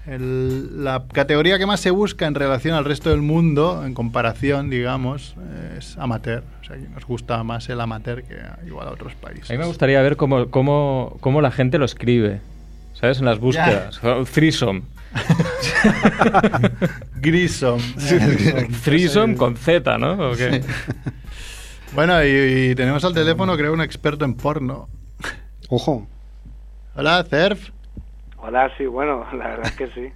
S2: El- la categoría que más se busca en relación al resto del mundo, en comparación, digamos, es amateur. O sea, que nos gusta más el amateur que igual a otros países.
S3: A mí me gustaría ver cómo, cómo, cómo la gente lo escribe. ¿Sabes? En las búsquedas. Threesome.
S2: Grisom.
S3: Threesome con Z, ¿no? ¿O qué?
S2: bueno, y, y tenemos al teléfono, creo, un experto en porno.
S1: Ojo.
S2: Hola, Cerf.
S5: Hola, sí, bueno, la verdad es que sí.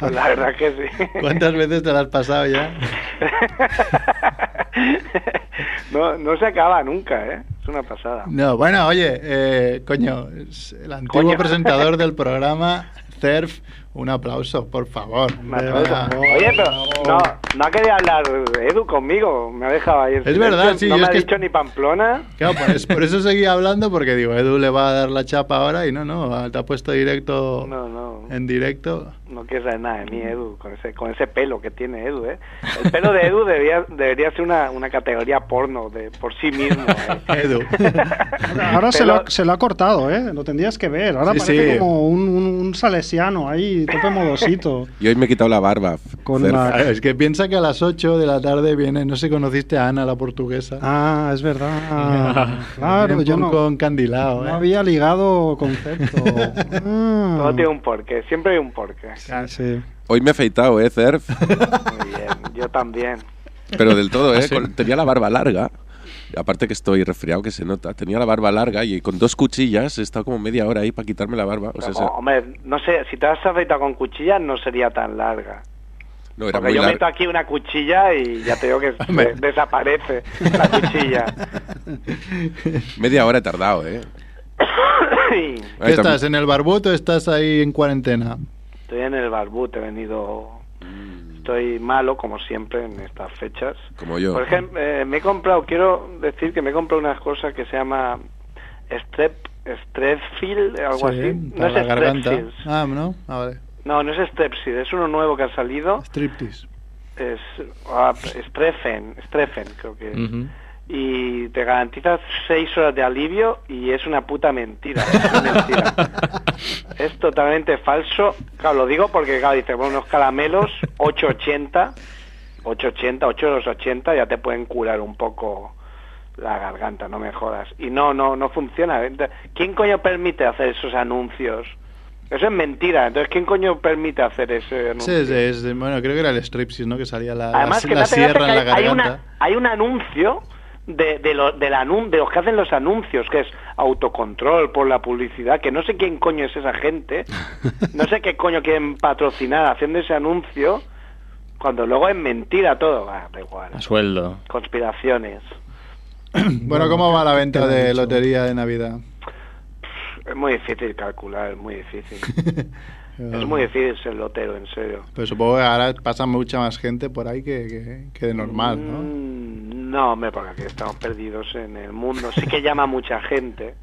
S5: Pues la verdad es que sí.
S2: ¿Cuántas veces te la has pasado ya?
S5: No, no se acaba nunca, ¿eh? Es una pasada.
S2: No, bueno, oye, eh, coño, es el antiguo
S5: Coño.
S2: presentador del programa, CERF, un aplauso, por favor.
S5: Me
S2: De
S5: aplaudo.
S2: verdad.
S5: Oye, pero no, no ha querido hablar Edu conmigo, me ha dejado ahí. en
S2: Es
S5: silencio,
S2: verdad, sí,
S5: No
S2: yo
S5: me
S2: es
S5: ha
S2: que-
S5: dicho ni Pamplona.
S2: Claro, por eso, por eso seguía hablando, porque digo, Edu le va a dar la chapa ahora y no, no, te ha puesto directo,
S5: No, no.
S2: en directo.
S5: No quiere saber nada de mí, Edu, con ese, con ese pelo que tiene Edu, ¿eh? El pelo de Edu debería, debería ser una, una categoría porno de, por sí mismo. ¿eh?
S2: Edu.
S1: Ahora se lo,
S5: Pelo-
S1: se lo ha cortado, ¿eh? Lo tendrías que ver. Ahora
S2: Sí,
S1: parece
S2: sí.
S1: como un, un, un salesiano ahí, tope modosito.
S6: Y hoy me he quitado la barba.
S1: Con
S6: Cerf.
S1: la-
S2: Claro, Ah, es que piensa que a las 8 de la tarde viene, no sé, conociste a Ana, la portuguesa.
S1: Ah, es verdad. Ah, Claro,
S2: Viene
S1: yo
S2: con-
S1: no,
S2: Con Candilao,
S1: no
S2: ¿eh?
S1: había ligado concepto. Ah.
S5: Todo tiene un porqué, siempre hay un porqué.
S1: Sí, sí.
S6: Hoy me he afeitado, ¿eh, Cerf?
S5: Muy bien, yo también.
S6: Pero del todo,
S3: ¿Ah,
S6: ¿eh?
S3: sí?
S6: Con- tenía la barba larga. Aparte que estoy resfriado, que se nota. Tenía la barba larga y con dos cuchillas he estado como media hora ahí para quitarme la barba. O
S2: Pues
S6: sea,
S5: Pero,
S6: se-
S5: Hombre, no sé, si te has afeitado con cuchillas no sería tan larga.
S6: no, era
S5: Porque
S6: muy
S5: yo meto
S6: larga.
S5: aquí una cuchilla y ya te digo que se-
S2: Hombre.
S5: desaparece la cuchilla.
S6: Media hora he tardado, ¿eh?
S5: Y
S6: Ahí
S2: ¿Qué
S6: está.
S2: estás, en el barbuto o estás ahí en cuarentena?
S5: Estoy en el barbut, he venido... Estoy malo, como siempre, en estas fechas.
S6: Como yo.
S5: Por ejemplo, eh, me he comprado, quiero decir que me he comprado unas cosas que se llama strep, strepsil, algo
S2: Sí,
S5: así. No
S2: para
S5: es
S2: la garganta.
S5: strepsils.
S2: Ah, ¿no? Ah, vale.
S5: No, no es strepsil, es uno nuevo que ha salido.
S2: Striptease.
S5: Es ah, strefen, strefen, creo que es.
S3: Ujú.
S5: Y te garantizas seis horas de alivio y es una puta mentira. Es, una mentira. Es totalmente falso. Claro, lo digo porque, claro, dices, bueno, unos caramelos, 880, 880, 8 euros 80, ya te pueden curar un poco la garganta, no me jodas. Y no, no, no funciona. ¿Quién coño permite hacer esos anuncios? Eso es mentira. Entonces, ¿quién coño permite hacer ese
S2: Sí,
S5: anuncio?
S2: es, es- bueno, creo que era el striptease, ¿no? Que salía la, la-
S5: Además, que
S2: la
S5: me hace gracia
S2: sierra en la
S5: que hay, hay
S2: garganta.
S5: una, hay un anuncio de, de, lo- del anun- de los que hacen los anuncios, que es autocontrol por la publicidad, que no sé quién coño es esa gente, no sé qué coño quieren patrocinar haciendo ese anuncio, cuando luego es mentira todo. Ah, da igual.
S3: A sueldo.
S5: Conspiraciones.
S2: Bueno, ¿cómo va la venta de lotería de Navidad?
S5: Es muy difícil calcular, es muy difícil. es muy difícil ser lotero, en serio.
S2: Pero Pues supongo que ahora pasa mucha más gente por ahí que, que- que de normal, ¿no?
S5: Mm, No, hombre, porque aquí estamos perdidos en el mundo. Sí que llama mucha gente.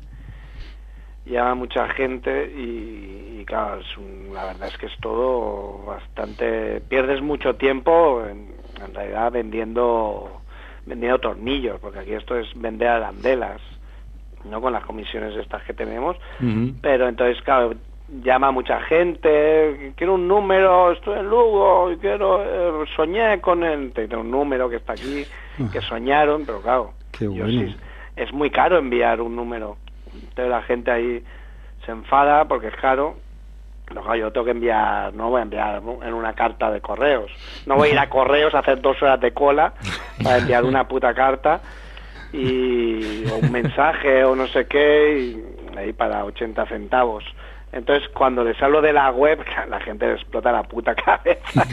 S5: Llama mucha gente y, y claro, es un- la verdad es que es todo bastante... Pierdes mucho tiempo en, en realidad vendiendo, vendiendo tornillos, porque aquí esto es vender arandelas, ¿no? Con las comisiones estas que tenemos. Pero entonces, claro, llama a mucha gente, quiero un número, estoy en Lugo, y quiero, eh, soñé con el, te dicen un número que está aquí, que soñaron, pero claro,
S1: Ah. Qué
S5: yo
S1: bueno.
S5: sí- es muy caro enviar un número. Entonces la gente ahí se enfada porque es caro. No, claro, yo tengo que enviar, no voy a enviar en una carta de correos. No voy a ir a correos a hacer dos horas de cola para enviar una puta carta y o un mensaje o no sé qué y ahí para 80 centavos. Entonces, cuando les hablo de la web, la gente les explota la puta cabeza.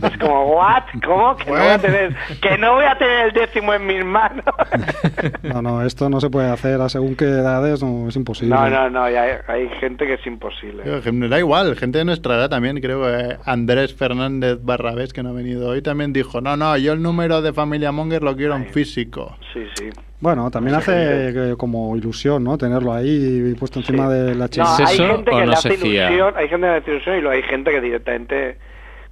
S5: Es como, ¿what? ¿Cómo? ¿Que no, voy a
S2: Web.
S5: tener, que no voy a tener el décimo en mis manos.
S1: No, no, esto no se puede hacer a según qué edades, no, es imposible.
S5: No, no, no, y hay, hay gente que es imposible.
S2: Yo, que me Da igual, gente de nuestra edad también, creo. eh, Andrés Fernández Barrabés, que no ha venido hoy, también dijo: No, no, yo el número de Familia Monger lo quiero en
S5: Ay.
S2: físico.
S5: Sí, sí.
S1: Bueno, también
S5: No sé qué
S1: hace eh, como ilusión, ¿no? Tenerlo ahí puesto encima
S5: Sí.
S1: de la
S5: No,
S1: chica.
S3: ¿Es
S5: hay
S3: eso
S5: gente
S3: o
S5: que
S3: no
S5: le
S3: se
S5: hace
S3: fía?
S5: ilusión, hay gente que le hace ilusión y luego hay gente que directamente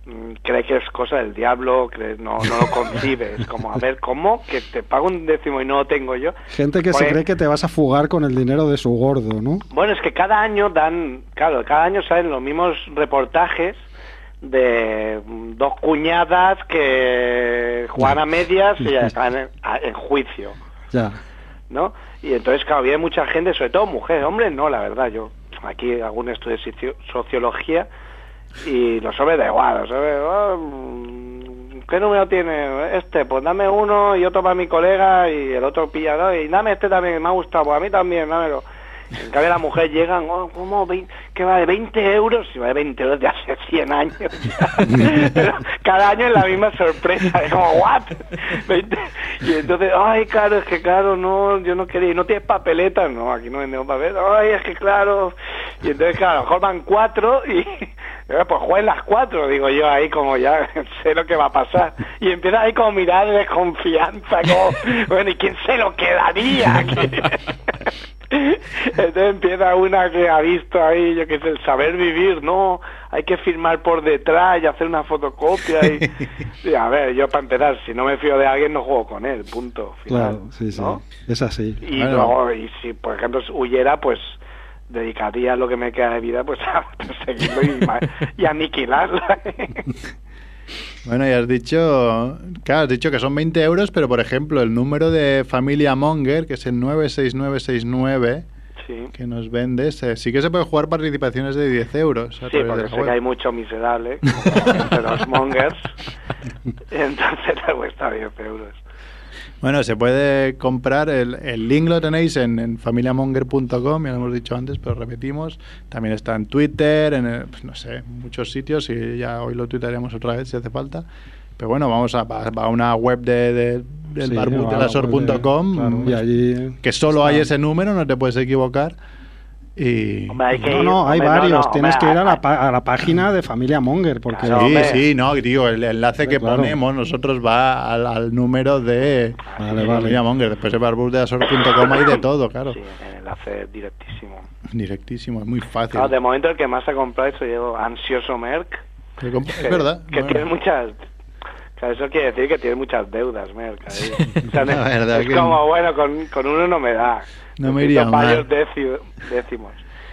S5: mm, cree que es cosa del diablo, cree, no, no lo concibe. Es como, a ver, ¿cómo? Que te pago un décimo y no lo tengo yo.
S1: Gente que
S5: Pues-
S1: se cree que te vas a fugar con el dinero de su gordo, ¿no?
S5: Bueno, es que cada año dan, claro, cada año salen los mismos reportajes de mm, dos cuñadas que juegan a medias y ya están en- a- en juicio.
S1: Ya.
S5: ¿no? Y entonces, claro, había mucha gente, sobre todo mujeres, hombres no, la verdad, yo aquí hago un estudio de socio- sociología y los hombres da igual, los hombres, "Ah, mm, ¿qué número tiene este? Pues dame uno y otro para mi colega y el otro pilla, ¿no? y dame este también, me ha gustado, pues a mí también, dámelo. En cambio, las mujeres llegan, oh, ¿cómo? Vein- ¿Qué vale? ¿20 euros? Si vale 20 euros de hace 100 años. Pero cada año es la misma sorpresa. Es como, ¿what? 20. Y entonces, ay, claro, es que claro, no, yo no quería. ¿Y no tienes papeleta? No, aquí no vendemos papeleta. Ay, es que claro. Y entonces, claro, a lo mejor van cuatro y... eh, Pues jueguen las cuatro, digo yo, ahí como ya sé lo que va a pasar. Y empieza ahí como mirar de desconfianza, como, bueno, ¿y quién se lo quedaría? aquí? Entonces empieza una que ha visto ahí, yo qué sé, el saber vivir, no, hay que firmar por detrás y hacer una fotocopia. Y, y a ver, yo para empezar, si no me fío de alguien, no juego con él, punto. Final,
S1: Claro, sí, sí.
S5: ¿no?
S1: Es así.
S5: Y
S2: Bueno.
S5: luego, y si por ejemplo huyera, pues dedicaría lo que me queda de vida pues a perseguirlo y, ma- y aniquilarla.
S2: Bueno, y has dicho, claro, has dicho que son 20 euros, pero por ejemplo, el número de familia Monger, que es el 96969,
S5: Sí,
S2: que nos vende. Se- Sí que se puede jugar participaciones de 10 euros a
S5: sí
S2: través de
S5: porque
S2: la
S5: sé
S2: web.
S5: que hay mucho miserable como entre los mongers. Entonces le cuesta 10 euros.
S2: Bueno, se puede comprar, el, el link lo tenéis en, en familiamonger.com, ya lo hemos dicho antes, pero repetimos. También está en Twitter, en, eh, pues, no sé, muchos sitios y ya hoy lo tuitaremos otra vez si hace falta. Pero bueno, vamos a, va- va a una web de, de-
S1: Sí, o
S2: del
S1: a la web de-
S2: barbutdelasor.com,
S1: claro, y allí
S2: que solo
S1: está.
S2: hay ese número, no te puedes equivocar. Y,
S5: Hombre, hay que
S1: No,
S5: ir-
S1: no, hay
S5: hombre, no,
S1: varios.
S5: no,
S1: Tienes
S5: hombre,
S1: que ir a
S5: hay-
S1: la, pa- a la página de Familia Monger, porque
S5: Claro.
S2: Sí,
S5: hombre.
S2: sí, no, digo, el enlace
S1: Hombre,
S2: que
S1: claro.
S2: ponemos nosotros va al, al número de
S1: Vale,
S2: de
S1: vale.
S2: Familia Monger. Después de barbutdeasor.com hay de todo, claro.
S5: Sí, el enlace es directísimo.
S2: Directísimo, es muy fácil.
S5: Claro, de momento el que más ha comprado es el ansioso Merck.
S2: Te comp- es
S5: que-
S2: verdad.
S5: Que
S2: bueno.
S5: tiene muchas. Claro, eso quiere decir que tiene muchas deudas, Merck. ahí. O sea,
S2: La
S5: es-
S2: verdad
S5: es
S2: que-
S5: como, bueno, con, con uno no me da.
S2: No me
S5: Necesito
S2: iría mal.
S5: varios deci- décimos.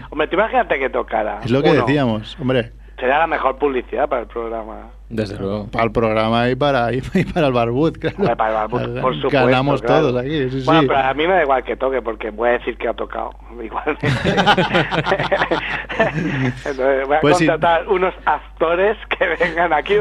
S5: Hombre, tú imagínate que tocara.
S2: Es lo que
S5: uno.
S2: decíamos, hombre,
S5: Sería la mejor publicidad para el programa.
S3: Desde luego.
S2: para el programa y para, y para el barbud, claro.
S5: Hombre, para el Barbud, por supuesto.
S2: Ganamos
S5: claro.
S2: todos aquí, sí,
S5: Bueno,
S2: sí.
S5: pero a mí me da igual que toque, porque voy a decir que ha tocado. Igualmente. Entonces, voy a
S2: Pues sí.
S5: contratar unos actores que vengan aquí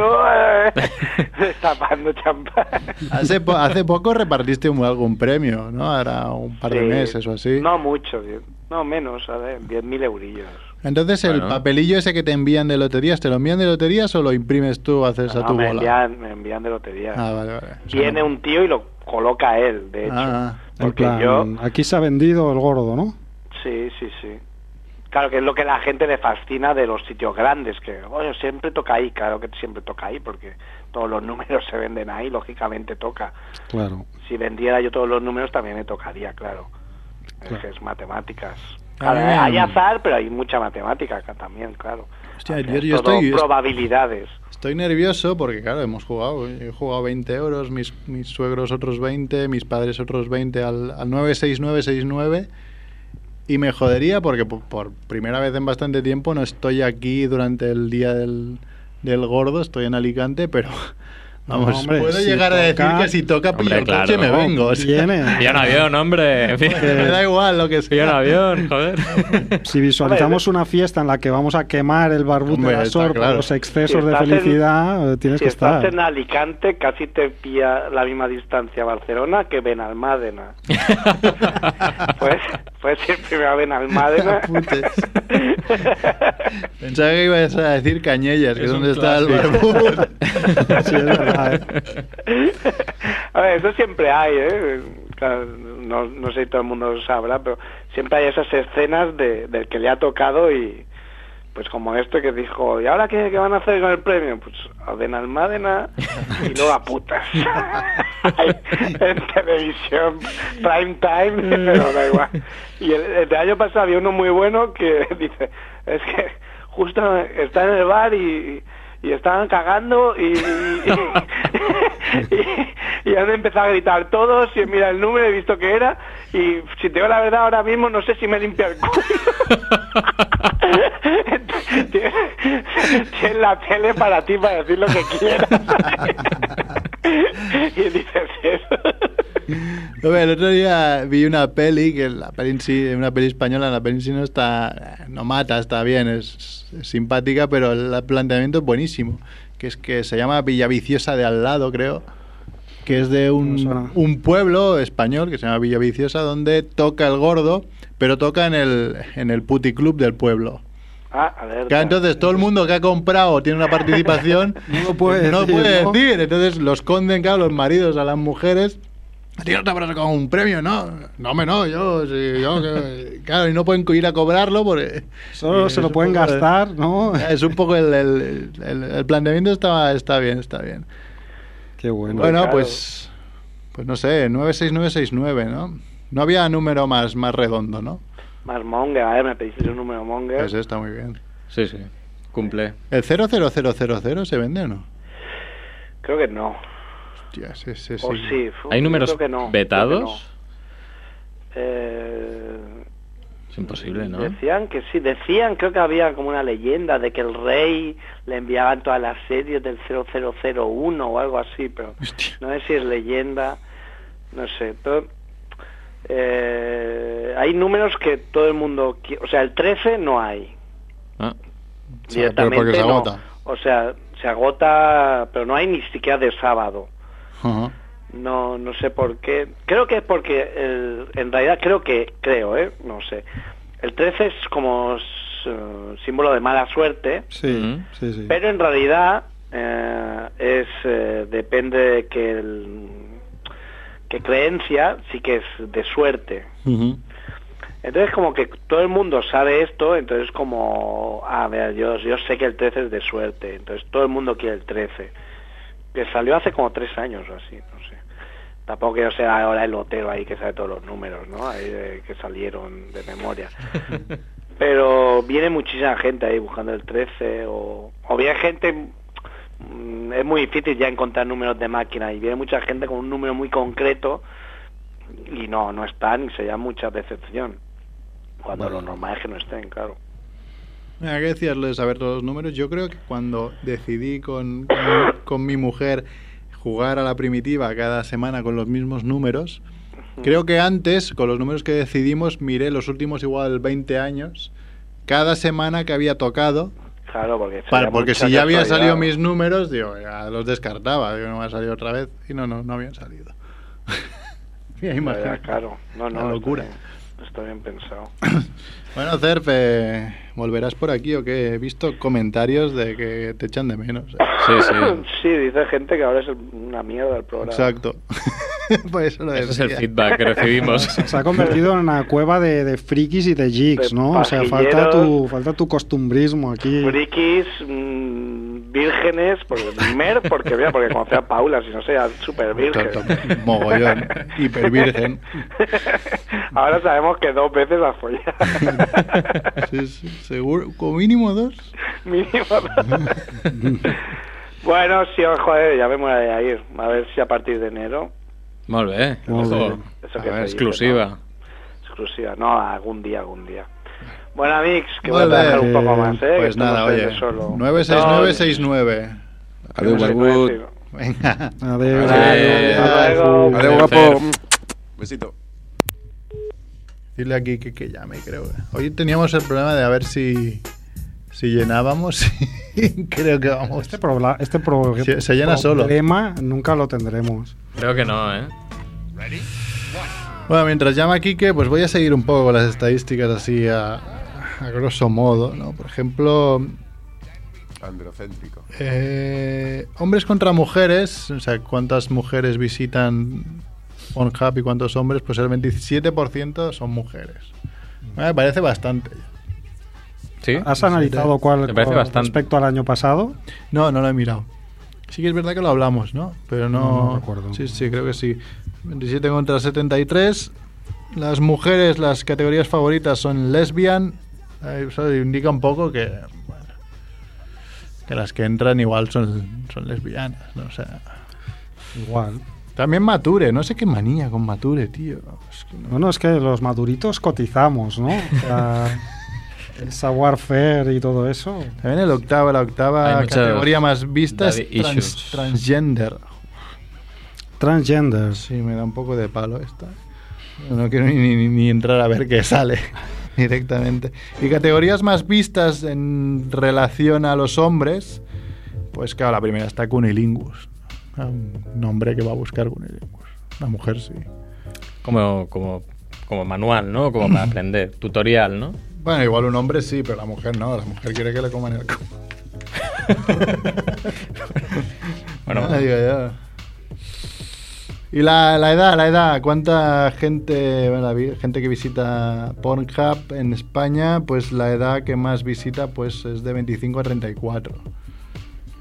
S5: destapando champán.
S2: Hace, po- hace poco repartiste un- algún premio, ¿no? Ahora un par de
S5: Sí.
S2: meses o así.
S5: No mucho, tío. no menos, a ver, 10.000 eurillos.
S2: Entonces, el
S3: Bueno.
S2: papelillo ese que te envían de loterías, ¿te lo envían de loterías o lo imprimes tú, haces
S5: No,
S2: a tu
S5: me,
S2: bola?
S5: envían, me envían de lotería.
S2: Ah, vale, vale. O sea,
S5: Viene
S2: no-
S5: un tío y lo coloca él, de hecho.
S2: Ah,
S1: en
S5: porque
S1: plan,
S5: yo
S1: aquí se ha vendido el gordo, ¿no?
S5: Sí, sí, sí. Claro, que es lo que la gente le fascina de los sitios grandes, que oye, siempre toca ahí, claro que siempre toca ahí, porque todos los números se venden ahí, lógicamente toca.
S1: Claro.
S5: Si vendiera yo todos los números también me tocaría, claro. Es
S1: Claro.
S5: que Es matemáticas.
S2: Ah,
S5: Claro, hay
S2: bien.
S5: azar, pero hay mucha matemática acá también, claro.
S2: Hostia,
S5: Aquí
S2: yo-
S5: es
S2: yo
S5: todo
S2: estoy-
S5: probabilidades.
S2: Estoy nervioso porque, claro, hemos jugado. He jugado 20 euros, mis, mis suegros otros 20, mis padres otros 20 al, al 96969. Y me jodería porque po- por, primera vez en bastante tiempo no estoy aquí durante el día del, del gordo, estoy en Alicante, pero vamos,
S1: No, hombre,
S2: puedo
S1: si
S2: llegar a decir
S1: toca-
S2: que si toca pillo
S3: Hombre,
S2: el coche
S3: claro.
S2: me vengo. o sea,
S1: Viene.
S3: Pilla un avión, hombre.
S2: me da igual lo que sea.
S3: Pilla un avión, joder.
S1: Si visualizamos una fiesta en la que vamos a quemar el barbud
S2: Hombre,
S1: de la
S2: está
S1: Sor por
S2: claro.
S1: los
S5: Si
S1: excesos de
S5: estás en-
S1: felicidad, eh, tienes
S5: si
S1: que
S5: estás
S1: estar.
S5: en Alicante, casi te pilla la misma distancia a Barcelona que Benalmádena. Pues, pues ir primero a Benalmádena.
S2: Apuntes. Pensaba que ibas a decir Cañellas, que es
S3: Es un
S2: donde está el
S3: clásico.
S2: barbud.
S1: Sí, es verdad, ¿eh?
S5: a ver, eso siempre hay, ¿eh? Claro, no, no sé si todo el mundo lo sabrá, pero siempre hay esas escenas de, del que le ha tocado y pues como este que dijo, ¿y ahora qué, qué van a hacer con el premio? Pues a Benalmádena y luego a putas. en televisión, prime time, pero da igual. Y el, el del año pasado había uno muy bueno que dice, es que justo está en el bar y, y estaban cagando y, y, y- y han empezado a gritar todos y mira el número, he visto que era y si te digo la verdad ahora mismo no sé si me limpia el culo. Tienes tienes la tele para ti para decir lo que quieras. y dices eso.
S2: Hombre, el otro día vi una peli, que la peli en sí, una peli española, la peli en sí no está, no mata, está bien, es, es simpática, pero el planteamiento es buenísimo, que es que se llama Villaviciosa de al lado, creo, que es de
S1: Me
S2: un,
S1: suena.
S2: un pueblo español que se llama Villaviciosa, donde toca el gordo, pero toca en el, en el puticlub del pueblo.
S5: Ah, alerta.
S2: Claro, entonces todo el mundo que ha comprado tiene una participación
S1: No lo puede
S2: no
S1: decir,
S2: puede
S1: ¿no?
S2: decir. Entonces los conden, claro, los maridos a las mujeres. A ti no te habrás sacado un premio, ¿no? No, hombre, no, yo, sí, yo, que- Claro, y no pueden ir a cobrarlo porque...
S1: Solo
S2: y
S1: se
S2: es
S1: lo
S2: un
S1: pueden
S2: poco de-
S1: gastar, ¿no?
S2: Es un poco el... el- el- el planteamiento está, está bien, está bien.
S1: Qué bueno.
S2: Bueno,
S5: claro.
S2: pues... Pues no sé, 96969, ¿no? No había número más, más redondo, ¿no?
S5: Más monger, a ver, me pediste un número monger.
S2: Pues está muy bien.
S3: Sí, sí. Cumple.
S2: ¿El 00000 se vende o no?
S5: Creo que no.
S2: Hostia, sí, sí,
S5: O
S2: sí.
S5: Oh, sí. fu-
S3: ¿Hay números
S5: creo que no,
S3: vetados?
S5: creo que no. Eh,
S3: Es imposible, ¿no?
S5: Decían que sí, decían, creo que había como una leyenda de que el rey le enviaban todas las series del 0001 o algo así, pero
S2: Hostia.
S5: no sé si es leyenda, no sé. Pero eh, hay números que todo el mundo... qui- O sea, el 13 no hay.
S3: Ah,
S2: O sea, pero porque se
S5: Directamente no.
S2: agota.
S5: O sea, se agota, pero no hay ni siquiera de sábado.
S2: Ajá.
S5: No, no sé por qué. Creo que es porque el- en realidad creo que, creo, ¿eh? No sé. El 13 es como s- eh, símbolo de mala suerte,
S1: Sí,
S3: Mm.
S1: sí, sí.
S5: pero en realidad eh, es eh, depende de que el, que creencia sí que es de suerte.
S2: Ujú.
S5: Entonces como que todo el mundo sabe esto, entonces como, a ver, yo, yo sé que el 13 es de suerte, entonces todo el mundo quiere el 13. Que salió hace como tres años o así, no sé. Tampoco que yo sea ahora el lotero ahí que sabe todos los números, ¿no? Ahí de- que salieron de memoria. Pero viene muchísima gente ahí buscando el 13 o, o bien gente... mm, Es muy difícil ya encontrar números de máquina y viene mucha gente con un número muy concreto y no, no están y se llama mucha decepción. Cuando
S2: Bueno.
S5: lo normal es que no estén, claro.
S2: Mira, que decías lo de saber todos los números. Yo creo que cuando decidí con, con, con mi mujer jugar a la primitiva cada semana con los mismos números, creo que antes, con los números que decidimos, miré los últimos igual 20 años, cada semana que había tocado,
S5: Claro, porque,
S2: para,
S5: sería
S2: porque
S5: mucha
S2: si ya habían
S5: casualidad.
S2: salido mis números, digo, ya los descartaba, digo, no me ha salido otra vez, y no, no, no habían salido. Mira,
S5: Ya, ya,
S2: imagínate.
S5: Claro, no, no.
S2: La locura.
S5: Está bien, está bien pensado.
S2: Bueno, Cerfe, ¿volverás por aquí o qué? He visto comentarios de que te echan de menos. eh.
S3: sí, sí.
S5: Sí, dice gente que ahora es una mierda el programa.
S2: Exacto. Por eso lo
S3: Ese es el
S2: decía.
S3: feedback que recibimos.
S1: Se ha convertido en una cueva de, de frikis y de jigs,
S5: De
S1: ¿no? O sea, falta tu,
S5: pajilleros.
S1: falta tu costumbrismo aquí.
S5: Frikis, mm, vírgenes, porque, mer, porque, mira, porque conocí a Paula, si no sea súper virgen.
S2: Tonto, mogollón, hipervirgen.
S5: Ahora sabemos que dos veces ha follado.
S2: Sí, sí, seguro, como mínimo dos.
S5: Mínimo. bueno, sí, joder, ya me muero de ir. A ver si a partir de enero.
S3: Molt bé.
S1: Molt bé.
S3: Ojo,
S5: Eso
S2: A
S5: que
S2: ver,
S5: se dice,
S3: exclusiva.
S5: ¿no? Exclusiva, no, algún día, algún día. Bueno, Mix, que voy a
S2: Vale.
S5: trabajar un poco más, ¿eh? que
S2: Pues
S5: esto no
S2: nada,
S5: se hace
S2: oye.
S5: solo.
S2: 96969.
S6: Adeu,
S5: Entonces,
S6: barbut.
S5: sí, sí.
S2: Venga.
S1: Adeu.
S3: Adeu.
S5: Hasta luego.
S6: Adeu,
S3: Adeu,
S6: guapo. Mm. Besito.
S2: Dile aquí que, que llame, creo. Hoy teníamos el problema de a ver si, si llenábamos. creo que vamos.
S1: Este, probla- este pro-
S2: Se- se llena solo.
S1: problema nunca lo tendremos.
S3: Creo que no, ¿eh?
S2: Bueno, mientras llama Quique, pues voy a seguir un poco con las estadísticas así a, a grosso modo, ¿no? Por ejemplo,
S6: Androcéntrico.
S2: eh, hombres contra mujeres, o sea, cuántas mujeres visitan Pornhub y cuántos hombres, pues el 27% son mujeres. Bueno, me parece bastante.
S3: Sí.
S1: ¿Has analizado cuál
S3: Me parece
S1: cuál
S3: bastante.
S1: respecto al año pasado?
S2: No, no lo he mirado. Sí que es verdad que lo hablamos, ¿no? Pero no...
S1: No, no recuerdo.
S2: Sí, sí, creo que sí. 27 contra 73. Las mujeres, las categorías favoritas son lesbian. Eh, Eso indica un poco que... bueno, que las que entran igual son, son lesbianas, ¿no? O sea...
S1: Igual.
S2: También Mature, no sé qué manía con Mature, tío. Es que no-
S1: Bueno, es que los maduritos cotizamos, ¿no? O sea, el savoir faire y todo eso.
S2: También el octava, la octava
S3: Hay muchas
S2: categoría más vista es
S3: daddy
S2: trans-
S3: issues.
S2: transgender.
S1: Transgenders.
S2: Sí, me da un poco de palo esta. No quiero ni, ni- ni entrar a ver qué sale directamente. Y categorías más vistas en relación a los hombres, pues claro, la primera está cunilingus. Un hombre que va a buscar cunilingus. La mujer sí.
S3: Como, como, como manual, ¿no? Como para aprender. Tutorial, ¿no?
S2: Bueno, igual un hombre sí, pero la mujer no. La mujer quiere que le coman el cu.
S3: Bueno,
S2: Ah,
S3: bueno.
S2: digo yo. Y la, la edad, la edad. ¿Cuánta gente, bueno, la vi- gente que visita Pornhub en España? Pues la edad que más visita pues es de 25 a 34.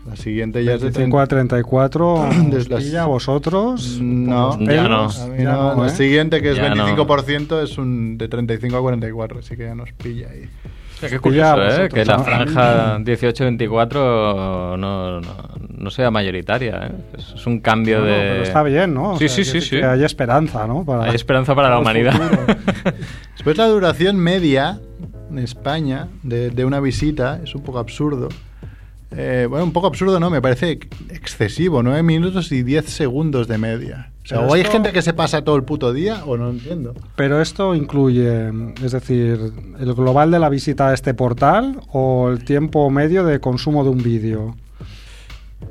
S2: La siguiente ya es de
S1: 25 a 34.
S2: Desde las-
S1: ¿Y a vosotros?
S2: No,
S1: Por los
S3: Ya
S1: pelos.
S2: A
S3: no.
S2: mí
S1: Ya
S2: no,
S1: Pues no,
S2: la
S1: ¿eh?
S2: siguiente que es
S3: Ya no.
S2: 25% es un de 35 a 44, así que ya nos pilla ahí.
S3: Qué curioso,
S1: Ya,
S3: ¿eh?
S1: vosotros,
S3: Que la
S1: ¿no?
S3: franja 18-24 no, no, no sea mayoritaria, ¿eh? Es es un cambio
S1: Bueno,
S3: de...
S1: pero está bien, ¿no? O
S3: Sí,
S1: sea,
S3: sí,
S1: quiero
S3: sí,
S1: decir
S3: sí.
S1: que Hay esperanza, ¿no? Para-
S3: Hay esperanza para la
S1: para el
S3: humanidad.
S2: Después la duración media en España de, de una visita es un poco absurdo. Eh, bueno, un poco absurdo no, me parece ex- excesivo. 9 minutos y 10 segundos de media. O sea,
S1: Pero
S2: o hay
S1: esto-
S2: gente que se pasa todo el puto día o no entiendo.
S1: Pero esto incluye, es decir, el global de la visita a este portal o el tiempo medio de consumo de un vídeo.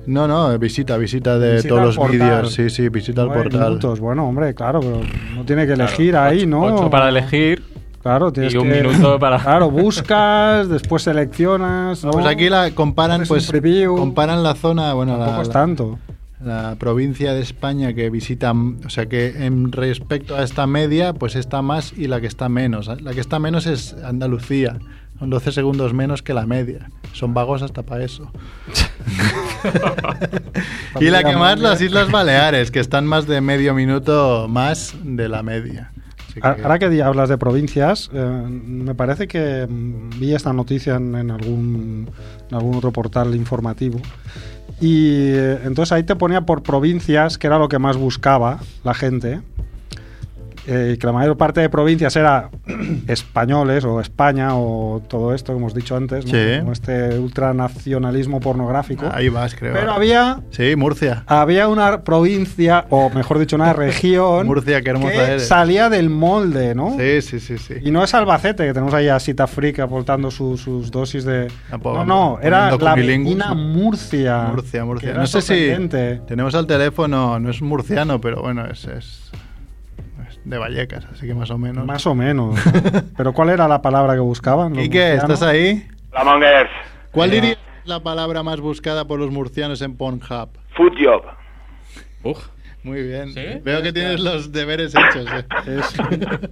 S2: No, no, visita, visita de
S1: Visita al
S2: todos los
S1: portal.
S2: vídeos. Sí, sí, visita al
S1: Nueve
S2: portal.
S1: minutos. Bueno, hombre, claro, pero no tiene que elegir ahí, ¿no?
S3: Ocho para elegir.
S1: Claro, tienes
S3: y un
S1: que-
S3: minuto para-
S1: Claro, buscas, después seleccionas. ¿no?
S2: Pues aquí la comparan,
S1: Pones un
S2: pues
S1: preview.
S2: comparan la zona, bueno, la,
S1: Tampoco es
S2: la-
S1: tanto.
S2: la provincia de España que visita, o sea que en respecto a esta media, pues está más y la que está menos. La que está menos es Andalucía, son 12 segundos menos que la media. Son vagos hasta para eso. y la que más, las Islas Baleares, que están más de medio minuto más de la media. Así que-
S1: A- Ahora que di- hablas de provincias, eh, me parece que mm, vi esta noticia en, en algún, en algún otro portal informativo. Y eh, entonces ahí te ponía por provincias, que era lo que más buscaba la gente. eh, que la mayor parte de provincias era españoles o España o todo esto que hemos dicho antes, ¿no?
S2: Sí.
S1: como este ultranacionalismo pornográfico.
S2: Ahí vas, creo.
S1: Pero había
S2: Sí, Murcia.
S1: había una provincia, o mejor dicho, una región.
S2: Murcia, qué hermosa
S1: que
S2: eres.
S1: salía del molde, ¿no?
S2: Sí, sí, sí, sí.
S1: Y no es Albacete, que tenemos ahí a Sita Frick aportando su- sus dosis de. no,
S2: Tampoco,
S1: no, era
S2: Ah, poniendo
S1: la
S2: cunilingus.
S1: vecina Murcia.
S2: Murcia,
S1: que
S2: Murcia.
S1: era
S2: No sé si
S1: sorprendente.
S2: tenemos al teléfono, no es murciano, pero bueno, es, es, es de Vallecas, así que más o menos.
S1: Más o menos. ¿no? Pero ¿cuál era la palabra que buscaban? los
S2: Quique,
S1: murcianos?
S2: ¿estás ahí?
S5: La mongers.
S2: ¿Cuál diría la palabra más buscada por los murcianos en Pornhub?
S5: Food job.
S3: Uf.
S2: Muy bien.
S3: ¿Sí?
S2: Veo que tienes los deberes hechos. eh.
S1: Es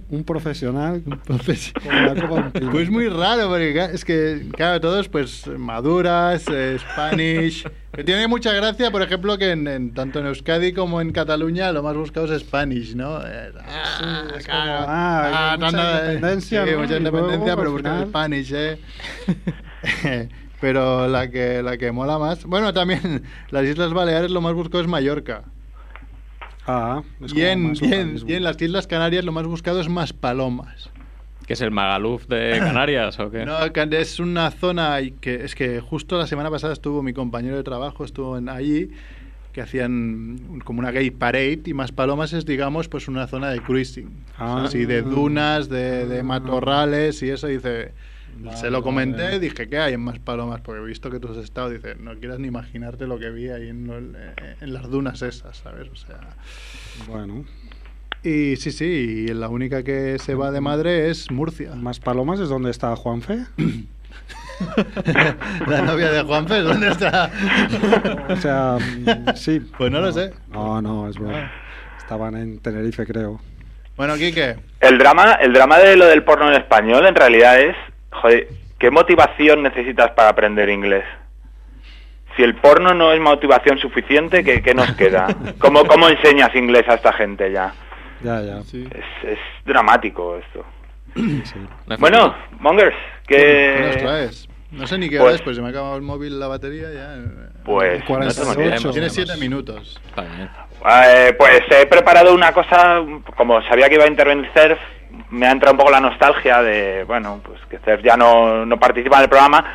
S1: un profesional.
S2: Entonces,
S1: Con la copa en pino.
S2: pues muy raro, porque ca- es que, claro, todos pues maduras, eh, Spanish. Que Tiene mucha gracia, por ejemplo, que en, en- tanto en Euskadi como en Cataluña lo más buscado es Spanish, ¿no? Eh, ah,
S1: Sí, es como, ah, hay mucha
S2: tanta-
S1: independencia,
S2: sí,
S1: ¿no?
S2: mucha
S1: Y luego, pues,
S2: independencia,
S1: al
S2: pero buscamos
S1: final-
S2: Spanish, ¿eh? pero la que, la que mola más. Bueno, también las Islas Baleares lo más buscado es Mallorca.
S1: Ah, es
S2: Y
S1: como
S2: en,
S1: más
S2: y en-
S1: localismo.
S2: y en las Islas Canarias lo más buscado es más palomas.
S3: ¿Que es el Magaluf de Canarias o qué?
S2: No, Can- es una zona y que es que justo la semana pasada estuvo mi compañero de trabajo, estuvo en, allí, que hacían un- como una gay parade y más palomas es, digamos, pues una zona de cruising.
S1: Ah.
S2: Así de dunas, de, de matorrales y eso, dice... se lo comenté,
S1: vale.
S2: dije, ¿qué hay en más palomas? Porque he visto que tú has estado, dice, no quieras ni imaginarte lo que vi ahí en, lo- en las dunas esas, ¿sabes? O sea...
S1: Bueno,
S2: Y sí, sí, y la única que se va de
S1: Mm.
S2: madre es Murcia.
S1: más palomas es donde está Juanfe.
S2: la novia de Juanfe, ¿dónde está?
S1: O sea, mm, sí.
S2: Pues no lo sé.
S1: No, no, es verdad. Estaban en Tenerife, creo.
S2: Bueno, Quique,
S5: El drama, el drama de lo del porno en español en realidad es, joder, ¿qué motivación necesitas para aprender inglés? Si el porno no es motivación suficiente, ¿qué, qué nos queda? ¿Cómo, ¿Cómo enseñas inglés a esta gente ya?
S1: Ya, ya.
S5: Es, es dramático esto.
S1: sí.
S5: Bueno, Mongers,
S2: ¿qué pues, nos
S5: que...
S2: traes? No sé ni qué
S5: Eh, Pues-
S2: hora es, pues se me ha acabado el móvil la batería ya.
S5: Pues, no tengo ni idea.
S1: 48.
S2: Tienes siete minutos.
S3: Está bien.
S5: Eh, pues he preparado una cosa, como sabía que iba a intervenir Cerf, me ha entrado un poco la nostalgia de, bueno, pues que Cerf ya no, no participa en el programa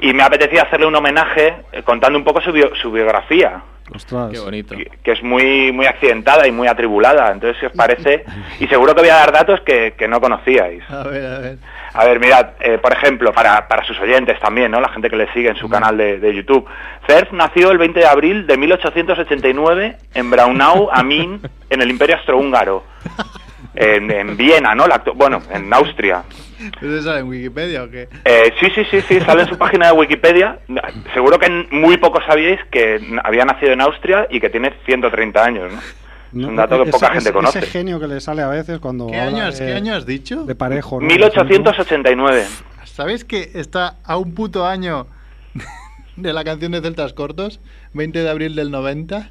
S5: y me apetecía hacerle un homenaje eh, contando un poco su, bio- su biografía,
S1: Ostras.
S3: Qué bonito.
S5: que, que es muy, muy accidentada y muy atribulada, entonces si os parece, y seguro que voy a dar datos que, que no conocíais.
S2: A ver, a ver.
S5: A ver, mirad, eh, por ejemplo, para, para sus oyentes también, ¿no? La gente que le sigue en su canal de, de YouTube. Cerf nació el 20 de abril de 1889 en Braunau am Inn, en el Imperio Austrohúngaro. En, en Viena, ¿no? La actu- bueno, en Austria.
S2: ¿Eso sale en Wikipedia o qué?
S5: Eh, sí, sí, sí, sí, sale en su página de Wikipedia. Seguro que n- muy pocos sabíais que n- había nacido en Austria y que tiene 130 años, ¿no? Es un dato que
S1: ese-
S5: poca
S1: ese-
S5: gente conoce.
S1: Ese genio que le sale a veces cuando.
S2: ¿Qué
S1: habla
S2: años,
S1: de-
S2: ¿Qué año has dicho?
S1: eh, De parejo. ¿no?
S5: 1889.
S2: ¿Sabéis que está a un puto año de la canción de Celtas Cortos? 20 de abril del 90.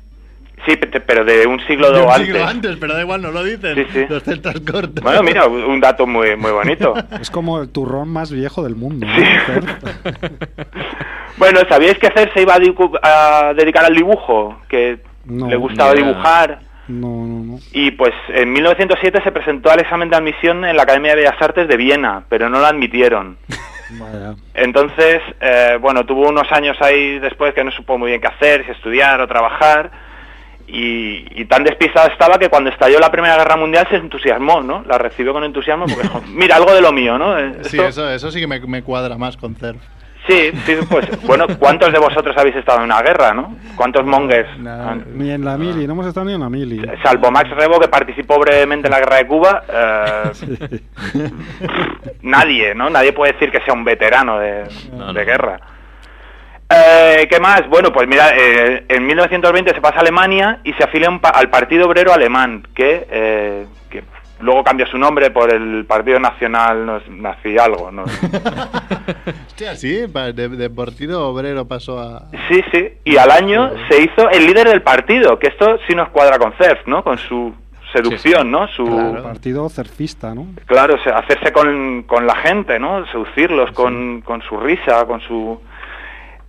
S5: Sí, pe- pero de un siglo,
S2: De un
S5: antes.
S2: siglo antes, pero da igual, no lo dicen.
S5: Sí, sí.
S2: Los Celtas Cortos.
S5: Bueno, mira, un dato muy, muy bonito.
S1: Es como el turrón más viejo del mundo. ¿no?
S5: Sí. Bueno, ¿sabíais que hacer se iba a, dicu- a dedicar al dibujo? Que
S1: No,
S5: le gustaba
S3: ni idea.
S5: dibujar.
S1: No, no, no.
S5: Y pues en 1907 se presentó al examen de admisión en la Academia de Bellas Artes de Viena, pero no lo admitieron.
S1: Vaya.
S5: Entonces, eh, bueno, tuvo unos años ahí después que no supo muy bien qué hacer, si estudiar o trabajar. Y, y tan despistada estaba que cuando estalló la Primera Guerra Mundial se entusiasmó, ¿no? La recibió con entusiasmo porque dijo, mira, algo de lo mío, ¿no? Eh,
S2: Sí,
S5: esto-
S2: eso, eso sí que me, me cuadra más con CERF.
S5: Sí, sí, pues, bueno, ¿cuántos de vosotros habéis estado en una guerra, no? ¿Cuántos mongues?
S2: Nada.
S5: han-
S1: Ni en la mili, no hemos estado ni en la mili.
S5: Salvo Max Rebo, que participó brevemente en la guerra de Cuba, eh, nadie, ¿no? Nadie puede decir que sea un veterano de,
S3: No,
S5: de
S3: no.
S5: guerra. Eh, ¿Qué más? Bueno, pues mira, eh, en 1920 se pasa a Alemania y se afilia un pa- al Partido Obrero Alemán, que, eh, que luego cambia su nombre por el Partido Nacional, no es- nazi algo, ¿no?
S2: Hostia, sí, pa- de, de partido obrero pasó a.
S5: Sí, sí, y al año se hizo el líder del partido, que esto sí nos cuadra con CERF, ¿no? Con su seducción, ¿no? Su,
S1: Un partido cerfista, ¿no?
S5: Claro, o sea, hacerse con, con la gente, ¿no? Seducirlos con, con su risa, con su...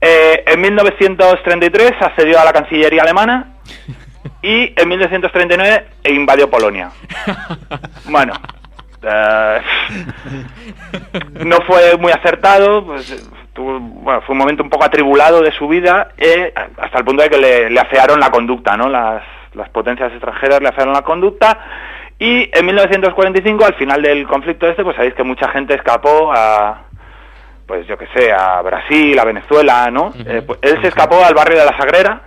S5: Eh, en 1933 accedió a la Cancillería alemana y en 1939 invadió Polonia. Bueno, eh, no fue muy acertado, pues, eh, tuvo- bueno, fue un momento un poco atribulado de su vida, eh, hasta el punto de que le, le afearon la conducta, ¿no? Las, las potencias extranjeras le afearon la conducta. Y en 1945, al final del conflicto este, pues sabéis que mucha gente escapó a, pues yo qué sé, a Brasil, a Venezuela, ¿no? Eh, pues, él se escapó al barrio de la Sagrera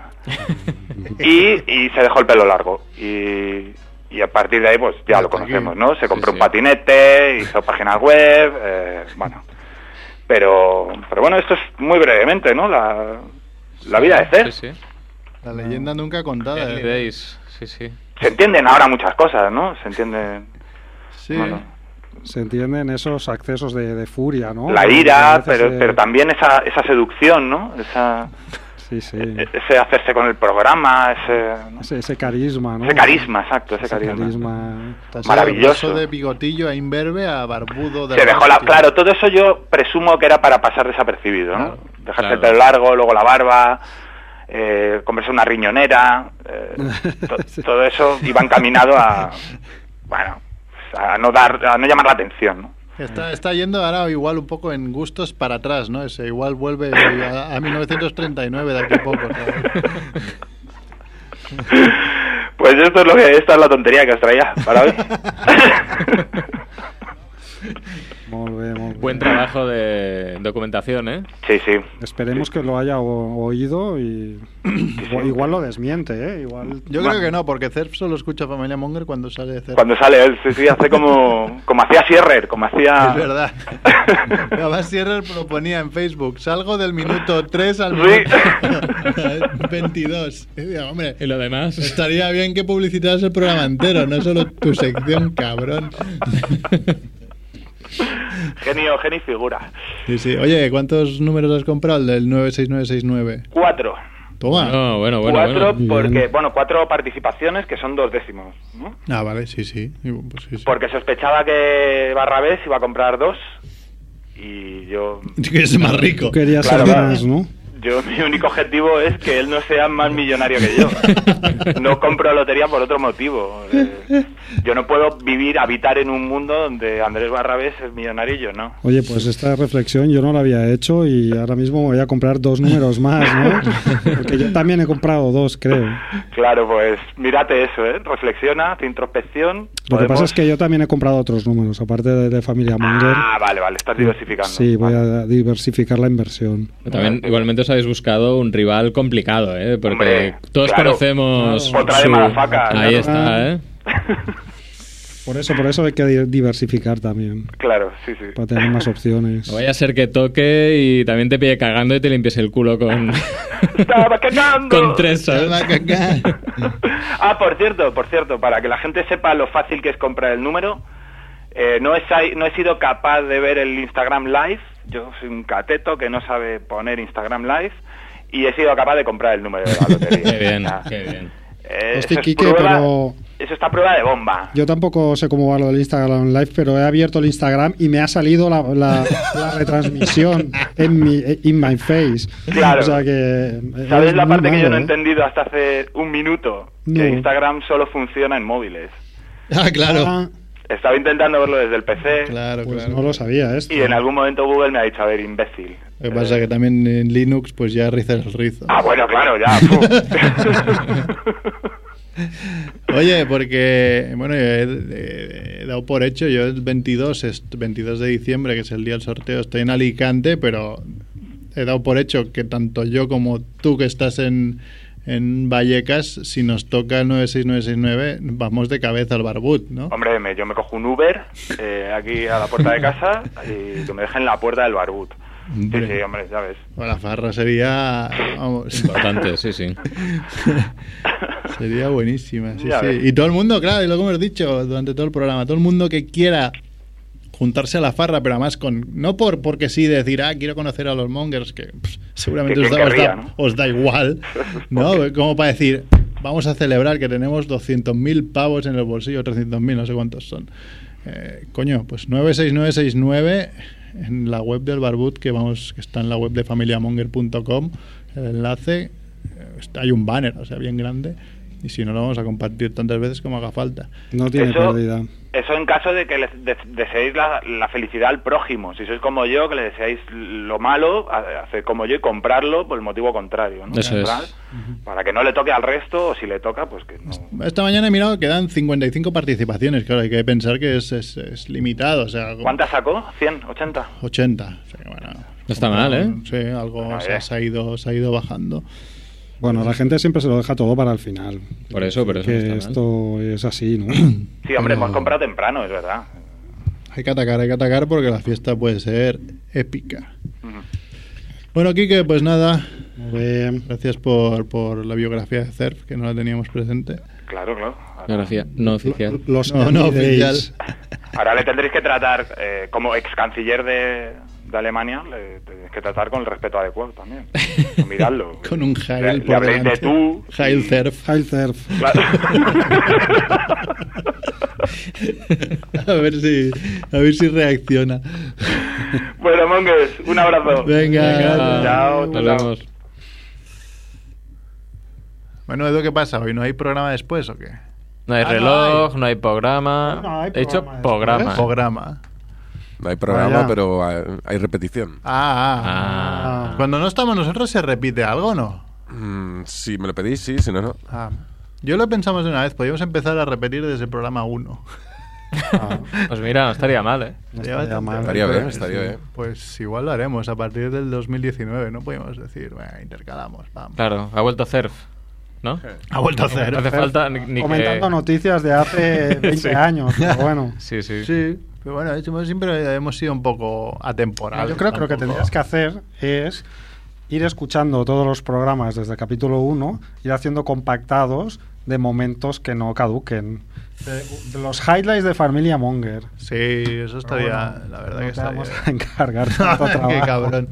S5: y, y se dejó el pelo largo. Y, y a partir de ahí, pues ya lo
S2: Hasta aquí.
S5: conocemos, ¿no? Se compró
S3: sí.
S5: un patinete, hizo páginas web, eh, bueno. Pero, pero bueno, esto es muy brevemente, ¿no? La, la vida de Cer.
S3: Sí, sí.
S2: La leyenda nunca
S1: Ah,
S2: contada.
S3: Early
S2: eh.
S3: days, sí, sí.
S5: Se entienden ahora muchas cosas, ¿no? Se entiende
S2: Sí.
S5: bueno,
S1: Se entienden esos accesos de, de furia, ¿no?
S5: la
S1: A
S5: ira,
S1: veces
S5: pero,
S1: de-
S5: pero también esa, esa seducción, ¿no? Esa,
S1: Sí, sí.
S5: e- ese hacerse con el programa, ese, ¿no?
S1: Ese, ese carisma, ¿no?
S5: Ese carisma, exacto, ese carisma.
S1: carisma.
S2: Pasó-
S5: Maravilloso.
S2: pasó de bigotillo a imberbe a barbudo. De
S5: Se dejó la,
S2: barbudo.
S5: claro, todo eso yo presumo que era para pasar desapercibido, ¿no?
S2: Claro,
S5: Dejarse
S3: claro.
S5: el pelo largo, luego la barba, eh, comerse una riñonera, eh, to-
S1: Sí.
S5: todo eso iba encaminado a, bueno, a no dar, a no llamar la atención, ¿no?
S2: Está, está yendo ahora igual un poco en gustos para atrás, ¿no? Ese igual vuelve a, a 1939 de aquí a poco. ¿sabes?
S5: Pues esto es lo que, esta es la tontería que os traía para hoy.
S1: Molt bé, molt bé.
S3: Buen trabajo de documentación, ¿eh?
S5: sí, sí.
S1: Esperemos que lo haya o- oído y igual, igual lo desmiente, ¿eh? Igual
S2: Yo creo que no, porque CERF solo escucha Familia Monger cuando sale de CERF.
S5: Cuando sale él, sí, sí, hace como, como hacía Sierrer, como hacía...
S2: Es verdad. Además, Sierra proponía en Facebook: salgo del minuto 3 al
S5: Sí.
S2: minuto 22. Y digo, hombre,
S3: Y lo demás.
S2: estaría bien que publicitaras el programa entero, no solo tu sección, cabrón.
S5: Genio, genio y figura.
S2: Sí, sí. Oye, ¿cuántos números has comprado? El del 96969.
S5: Cuatro.
S2: Toma.
S3: No, bueno, Ah, bueno.
S5: cuatro
S3: bueno.
S5: porque, bueno, cuatro participaciones que son dos décimos, ¿no?
S2: Ah, vale, sí, sí. Y, pues, sí, sí.
S5: Porque sospechaba que Barrabés iba a comprar dos y yo...
S2: Que es más rico.
S1: tú querías
S5: Claro,
S1: ser
S5: claro.
S1: más, ¿no?
S5: Yo mi único objetivo es que él no sea más millonario que yo. No compro lotería por otro motivo. Eh, Yo no puedo vivir, habitar en un mundo donde Andrés Barrabés es millonario y yo no.
S1: Oye, pues esta reflexión yo no la había hecho y ahora mismo voy a comprar dos números más, ¿no? Porque yo también he comprado dos, creo.
S5: Claro, pues mírate eso, ¿eh? Reflexiona, tu introspección.
S1: Lo que
S5: Podemos-
S1: pasa es que yo también he comprado otros números, aparte de, de Familia Monger.
S5: Ah, vale, vale, estás diversificando.
S1: eh, Sí, voy
S5: Vale.
S1: a diversificar la inversión.
S3: También, igualmente os habéis buscado un rival complicado, ¿eh? Porque
S5: Hombre,
S3: todos
S5: claro.
S3: conocemos.
S5: Otra de Malafaca,
S3: Ahí
S5: claro.
S3: está, ¿eh?
S1: Por eso, por eso hay que di- diversificar también,
S5: Claro, sí, sí.
S1: para tener más opciones.
S3: No vaya a ser que toque y también te pille cagando y te limpies el culo con.
S5: Estaba cagando.
S3: con tres,
S2: Se va
S3: ¿sabes?
S2: a cagar.
S5: Ah, por cierto, por cierto, para que la gente sepa lo fácil que es comprar el número, eh, no, he, sa- no he sido capaz de ver el Instagram Live, yo soy un cateto que no sabe poner Instagram Live, y he sido capaz de comprar el número de la lotería.
S3: Qué bien,
S5: Ah.
S3: qué bien.
S5: Eh,
S1: Hostia,
S5: eso, es
S1: Quique,
S5: prueba,
S1: pero-
S5: eso está a prueba de bomba.
S1: Yo tampoco sé cómo va lo del Instagram Live, pero he abierto el Instagram y me ha salido la, la- la retransmisión en mi in my face.
S5: Claro.
S1: O sea que eh,
S5: ¿Sabes
S1: es
S5: la
S1: muy
S5: parte que yo
S1: malo,
S5: no he
S1: ¿eh?
S5: entendido hasta hace un minuto?
S1: No.
S5: Que Instagram solo funciona en móviles.
S2: Ah, claro.
S1: Ah,
S5: Estaba intentando verlo desde el PC
S2: Claro,
S1: pues
S2: claro.
S1: no lo sabía esto.
S5: y en algún momento Google me ha dicho, a ver, imbécil.
S2: Lo que pasa es que
S7: Ah,
S2: también en Linux pues ya rizas el rizo.
S5: Ah, bueno, claro, ya. fu.
S2: Oye, porque, bueno, yo he, he dado por hecho, yo el 22, es 22 de diciembre, que es el día del sorteo, estoy en Alicante, pero he dado por hecho que tanto yo como tú que estás en, en Vallecas, si nos toca el 96969, vamos de cabeza al barbut, ¿no?
S7: Hombre, me- yo me cojo un Uber eh, aquí a la puerta de casa y que me dejen en la puerta del barbut. Sí,
S2: Hombre.
S7: sí, hombre, ya ves.
S2: O la farra sería, vamos,
S3: Importante, sí, sí.
S2: sería buenísima. sí,
S7: Ya
S2: sí.
S7: ves.
S2: Y todo el mundo, claro, y lo que hemos dicho durante todo el programa, todo el mundo que quiera juntarse a la farra, pero además con no por porque sí decir, ah, quiero conocer a los mongers, que pff, seguramente
S7: Que
S2: os,
S7: quien
S2: da, os
S7: querría,
S2: da-
S7: ¿no?
S2: os da igual, ¿no? Como para decir, vamos a celebrar que tenemos 200.000 pavos en el bolsillo, 300.000, no sé cuántos son. Eh, coño, pues 96969 en la web del Barbut, que vamos que está en la web de familiamonger.com, el enlace, eh, está- hay un banner, o sea, bien grande, y si no lo vamos a compartir tantas veces como haga falta.
S1: No tiene
S7: Eso-
S1: pérdida.
S7: Eso en caso de que les de- deseéis la, la felicidad al prójimo. Si sois como yo, que le deseáis lo malo, ha- hacer como yo y comprarlo por el motivo contrario. ¿no?
S3: Eso es.
S7: Para- Para que no le toque al resto, o si le toca, pues que no.
S2: Esta mañana he mirado que dan 55 participaciones, claro, hay que pensar que es, es- es limitado, o sea, como
S7: ¿Cuántas sacó? ¿100? ¿80?
S2: 80. o sea, que bueno,
S3: No está mal, ¿eh?
S2: Sí, algo
S7: Bueno,
S2: se-
S7: bien.
S2: se, ha ido, se ha ido bajando.
S1: Bueno, la gente siempre se lo deja todo para el final.
S3: Por eso, por eso no
S1: Que
S3: está mal.
S1: esto es así, ¿no?
S7: Sí, hombre,
S2: Pero-
S7: hemos comprado temprano, es verdad.
S2: Hay que atacar, hay que atacar porque la fiesta puede ser épica.
S7: Ujú.
S2: Bueno, Quique, pues nada,
S1: Muy bien.
S2: gracias por, por la biografía de CERF, que no la teníamos presente.
S7: Claro, claro. Ahora,
S3: Biografía no oficial.
S1: Los
S2: No, no
S1: Everydays.
S2: oficial.
S7: ahora le tendréis que tratar, eh, como ex canciller de, de Alemania, le tendréis que tratar con el respeto adecuado también. O Pues Miradlo.
S2: Con un
S7: Le-
S2: Heil
S7: le
S2: por
S7: habréis de
S2: delante.
S7: tú.
S2: Heil CERF.
S1: Heil Zerf.
S7: Claro.
S2: A ver si, a ver si reacciona.
S7: Bueno, Mongues, un abrazo.
S2: Venga, gracias.
S7: chao.
S3: nos
S7: chao.
S3: vemos.
S2: Bueno, Edu, ¿qué pasa? ¿Hoy no hay programa después o qué?
S3: No hay
S2: Ah, no Ah,
S3: reloj, no hay programa.
S1: No hay
S3: He hecho
S2: ¿eh?
S1: programa
S3: programa.
S2: Programa.
S6: No hay programa,
S1: Vaya.
S6: pero hay, hay repetición.
S2: Ah, ah.
S3: Ah,
S2: Cuando no estamos nosotros, ¿se repite algo o no?
S6: Mm, si me lo pedís, sí, si no, no.
S2: Ah, yo lo pensamos de una vez, podríamos empezar a repetir desde el programa 1.
S3: pues mira, no estaría mal, ¿eh?
S1: No Ah, estaría mal.
S6: Estaría bien, estaría bien.
S2: Pues igual lo haremos a partir del 2019, no podemos decir, bueno, intercalamos, vamos.
S3: Claro, ha vuelto surf, ¿no?
S2: Ha vuelto a hacer.
S3: No hace falta ni, ni
S1: Comentando
S3: que...
S1: noticias de hace 20
S3: Sí.
S1: años, pero bueno.
S3: Sí, sí.
S2: Sí, pero bueno, hemos- siempre hemos sido un poco atemporales.
S1: Yo creo que lo que
S2: tampoco.
S1: tendrías que hacer es ir escuchando todos los programas desde el capítulo 1, ir haciendo compactados de momentos que no caduquen. De- de los highlights de Familia Monger.
S2: Sí, eso estaría,
S1: Pero bueno,
S2: la verdad
S1: no
S2: que
S1: te
S2: estaría.
S1: vamos a encargar tanto
S2: Qué
S1: trabajo.
S2: cabrón.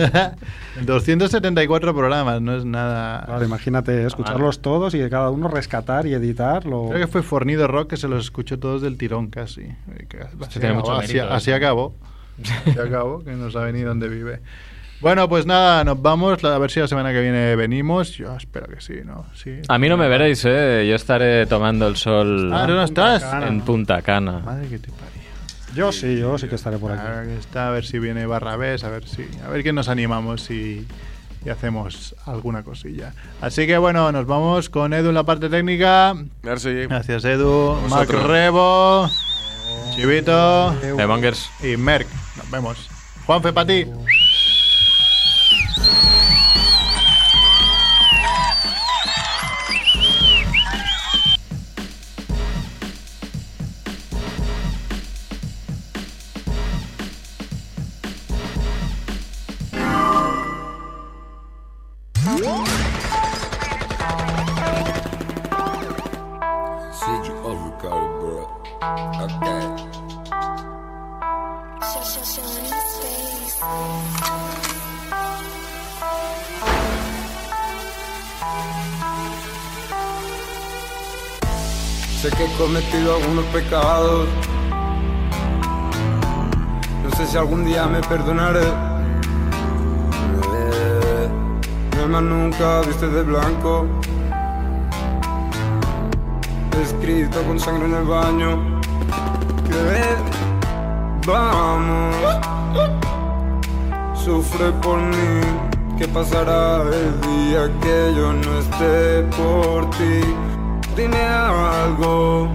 S2: 274 programas, no es nada.
S1: Claro, imagínate escucharlos todos y de cada uno rescatar y editarlo.
S2: Ah, Creo que fue Fornido Rock que se los escuchó todos del tirón casi. Eh, Que Así,
S3: tiene
S2: acabó,
S3: mucho
S2: así-
S3: mérito, ¿eh?
S2: así acabó. Así acabó, que no sabe ni dónde vive. Bueno, pues nada, nos vamos. A ver si la semana que viene venimos. Yo espero que sí, ¿no? Sí.
S3: A mí no me veréis, ¿eh? Yo estaré tomando el sol
S2: Ah, ¿no estás?
S1: Cana.
S3: en Punta Cana.
S2: Madre que te parió.
S1: Yo sí, yo sí que estaré por aquí.
S2: Ahora que está, a ver si viene Barrabés, a ver si. A ver qué nos animamos y, y hacemos alguna cosilla. Así que bueno, nos vamos con Edu en la parte técnica.
S6: Merci.
S2: Gracias, Edu. Mac
S6: vosotros.
S1: Oh.
S2: Rebo. Chivito.
S3: Eh, Mongers.
S2: y Merck. Nos vemos. Juanfe, para ti.
S8: Said you overcaught it, bro. Okay.
S9: Show, show, show in his face.
S8: Sé que he cometido algunos pecados. No sé si algún día me perdonaré. Eh, Mi alma nunca viste de blanco. Escrito con sangre en el baño. Que vamos. Sufre por mí, que pasará el día que yo no esté por ti. dime algo.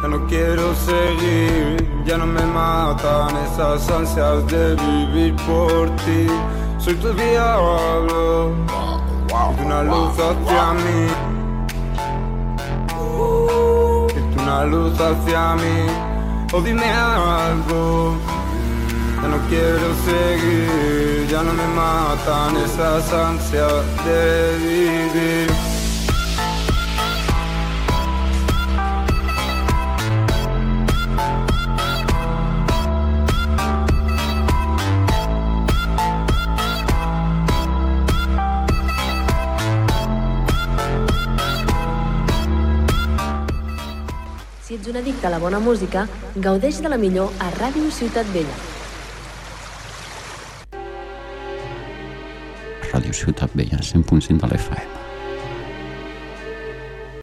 S8: Ya no quiero seguir, ya no me matan esas ansias de vivir por ti. Soy tu diablo, y una luz hacia mí. Y una luz hacia mí, oh dime algo. Ya no quiero seguir, ya no me matan esas ansias de vivir.
S10: Si ets un addicte a la bona música, gaudeix de la millor a Ràdio Ciutat Vella.
S11: Ràdio Ciutat Vella, 100.5 de l'FM.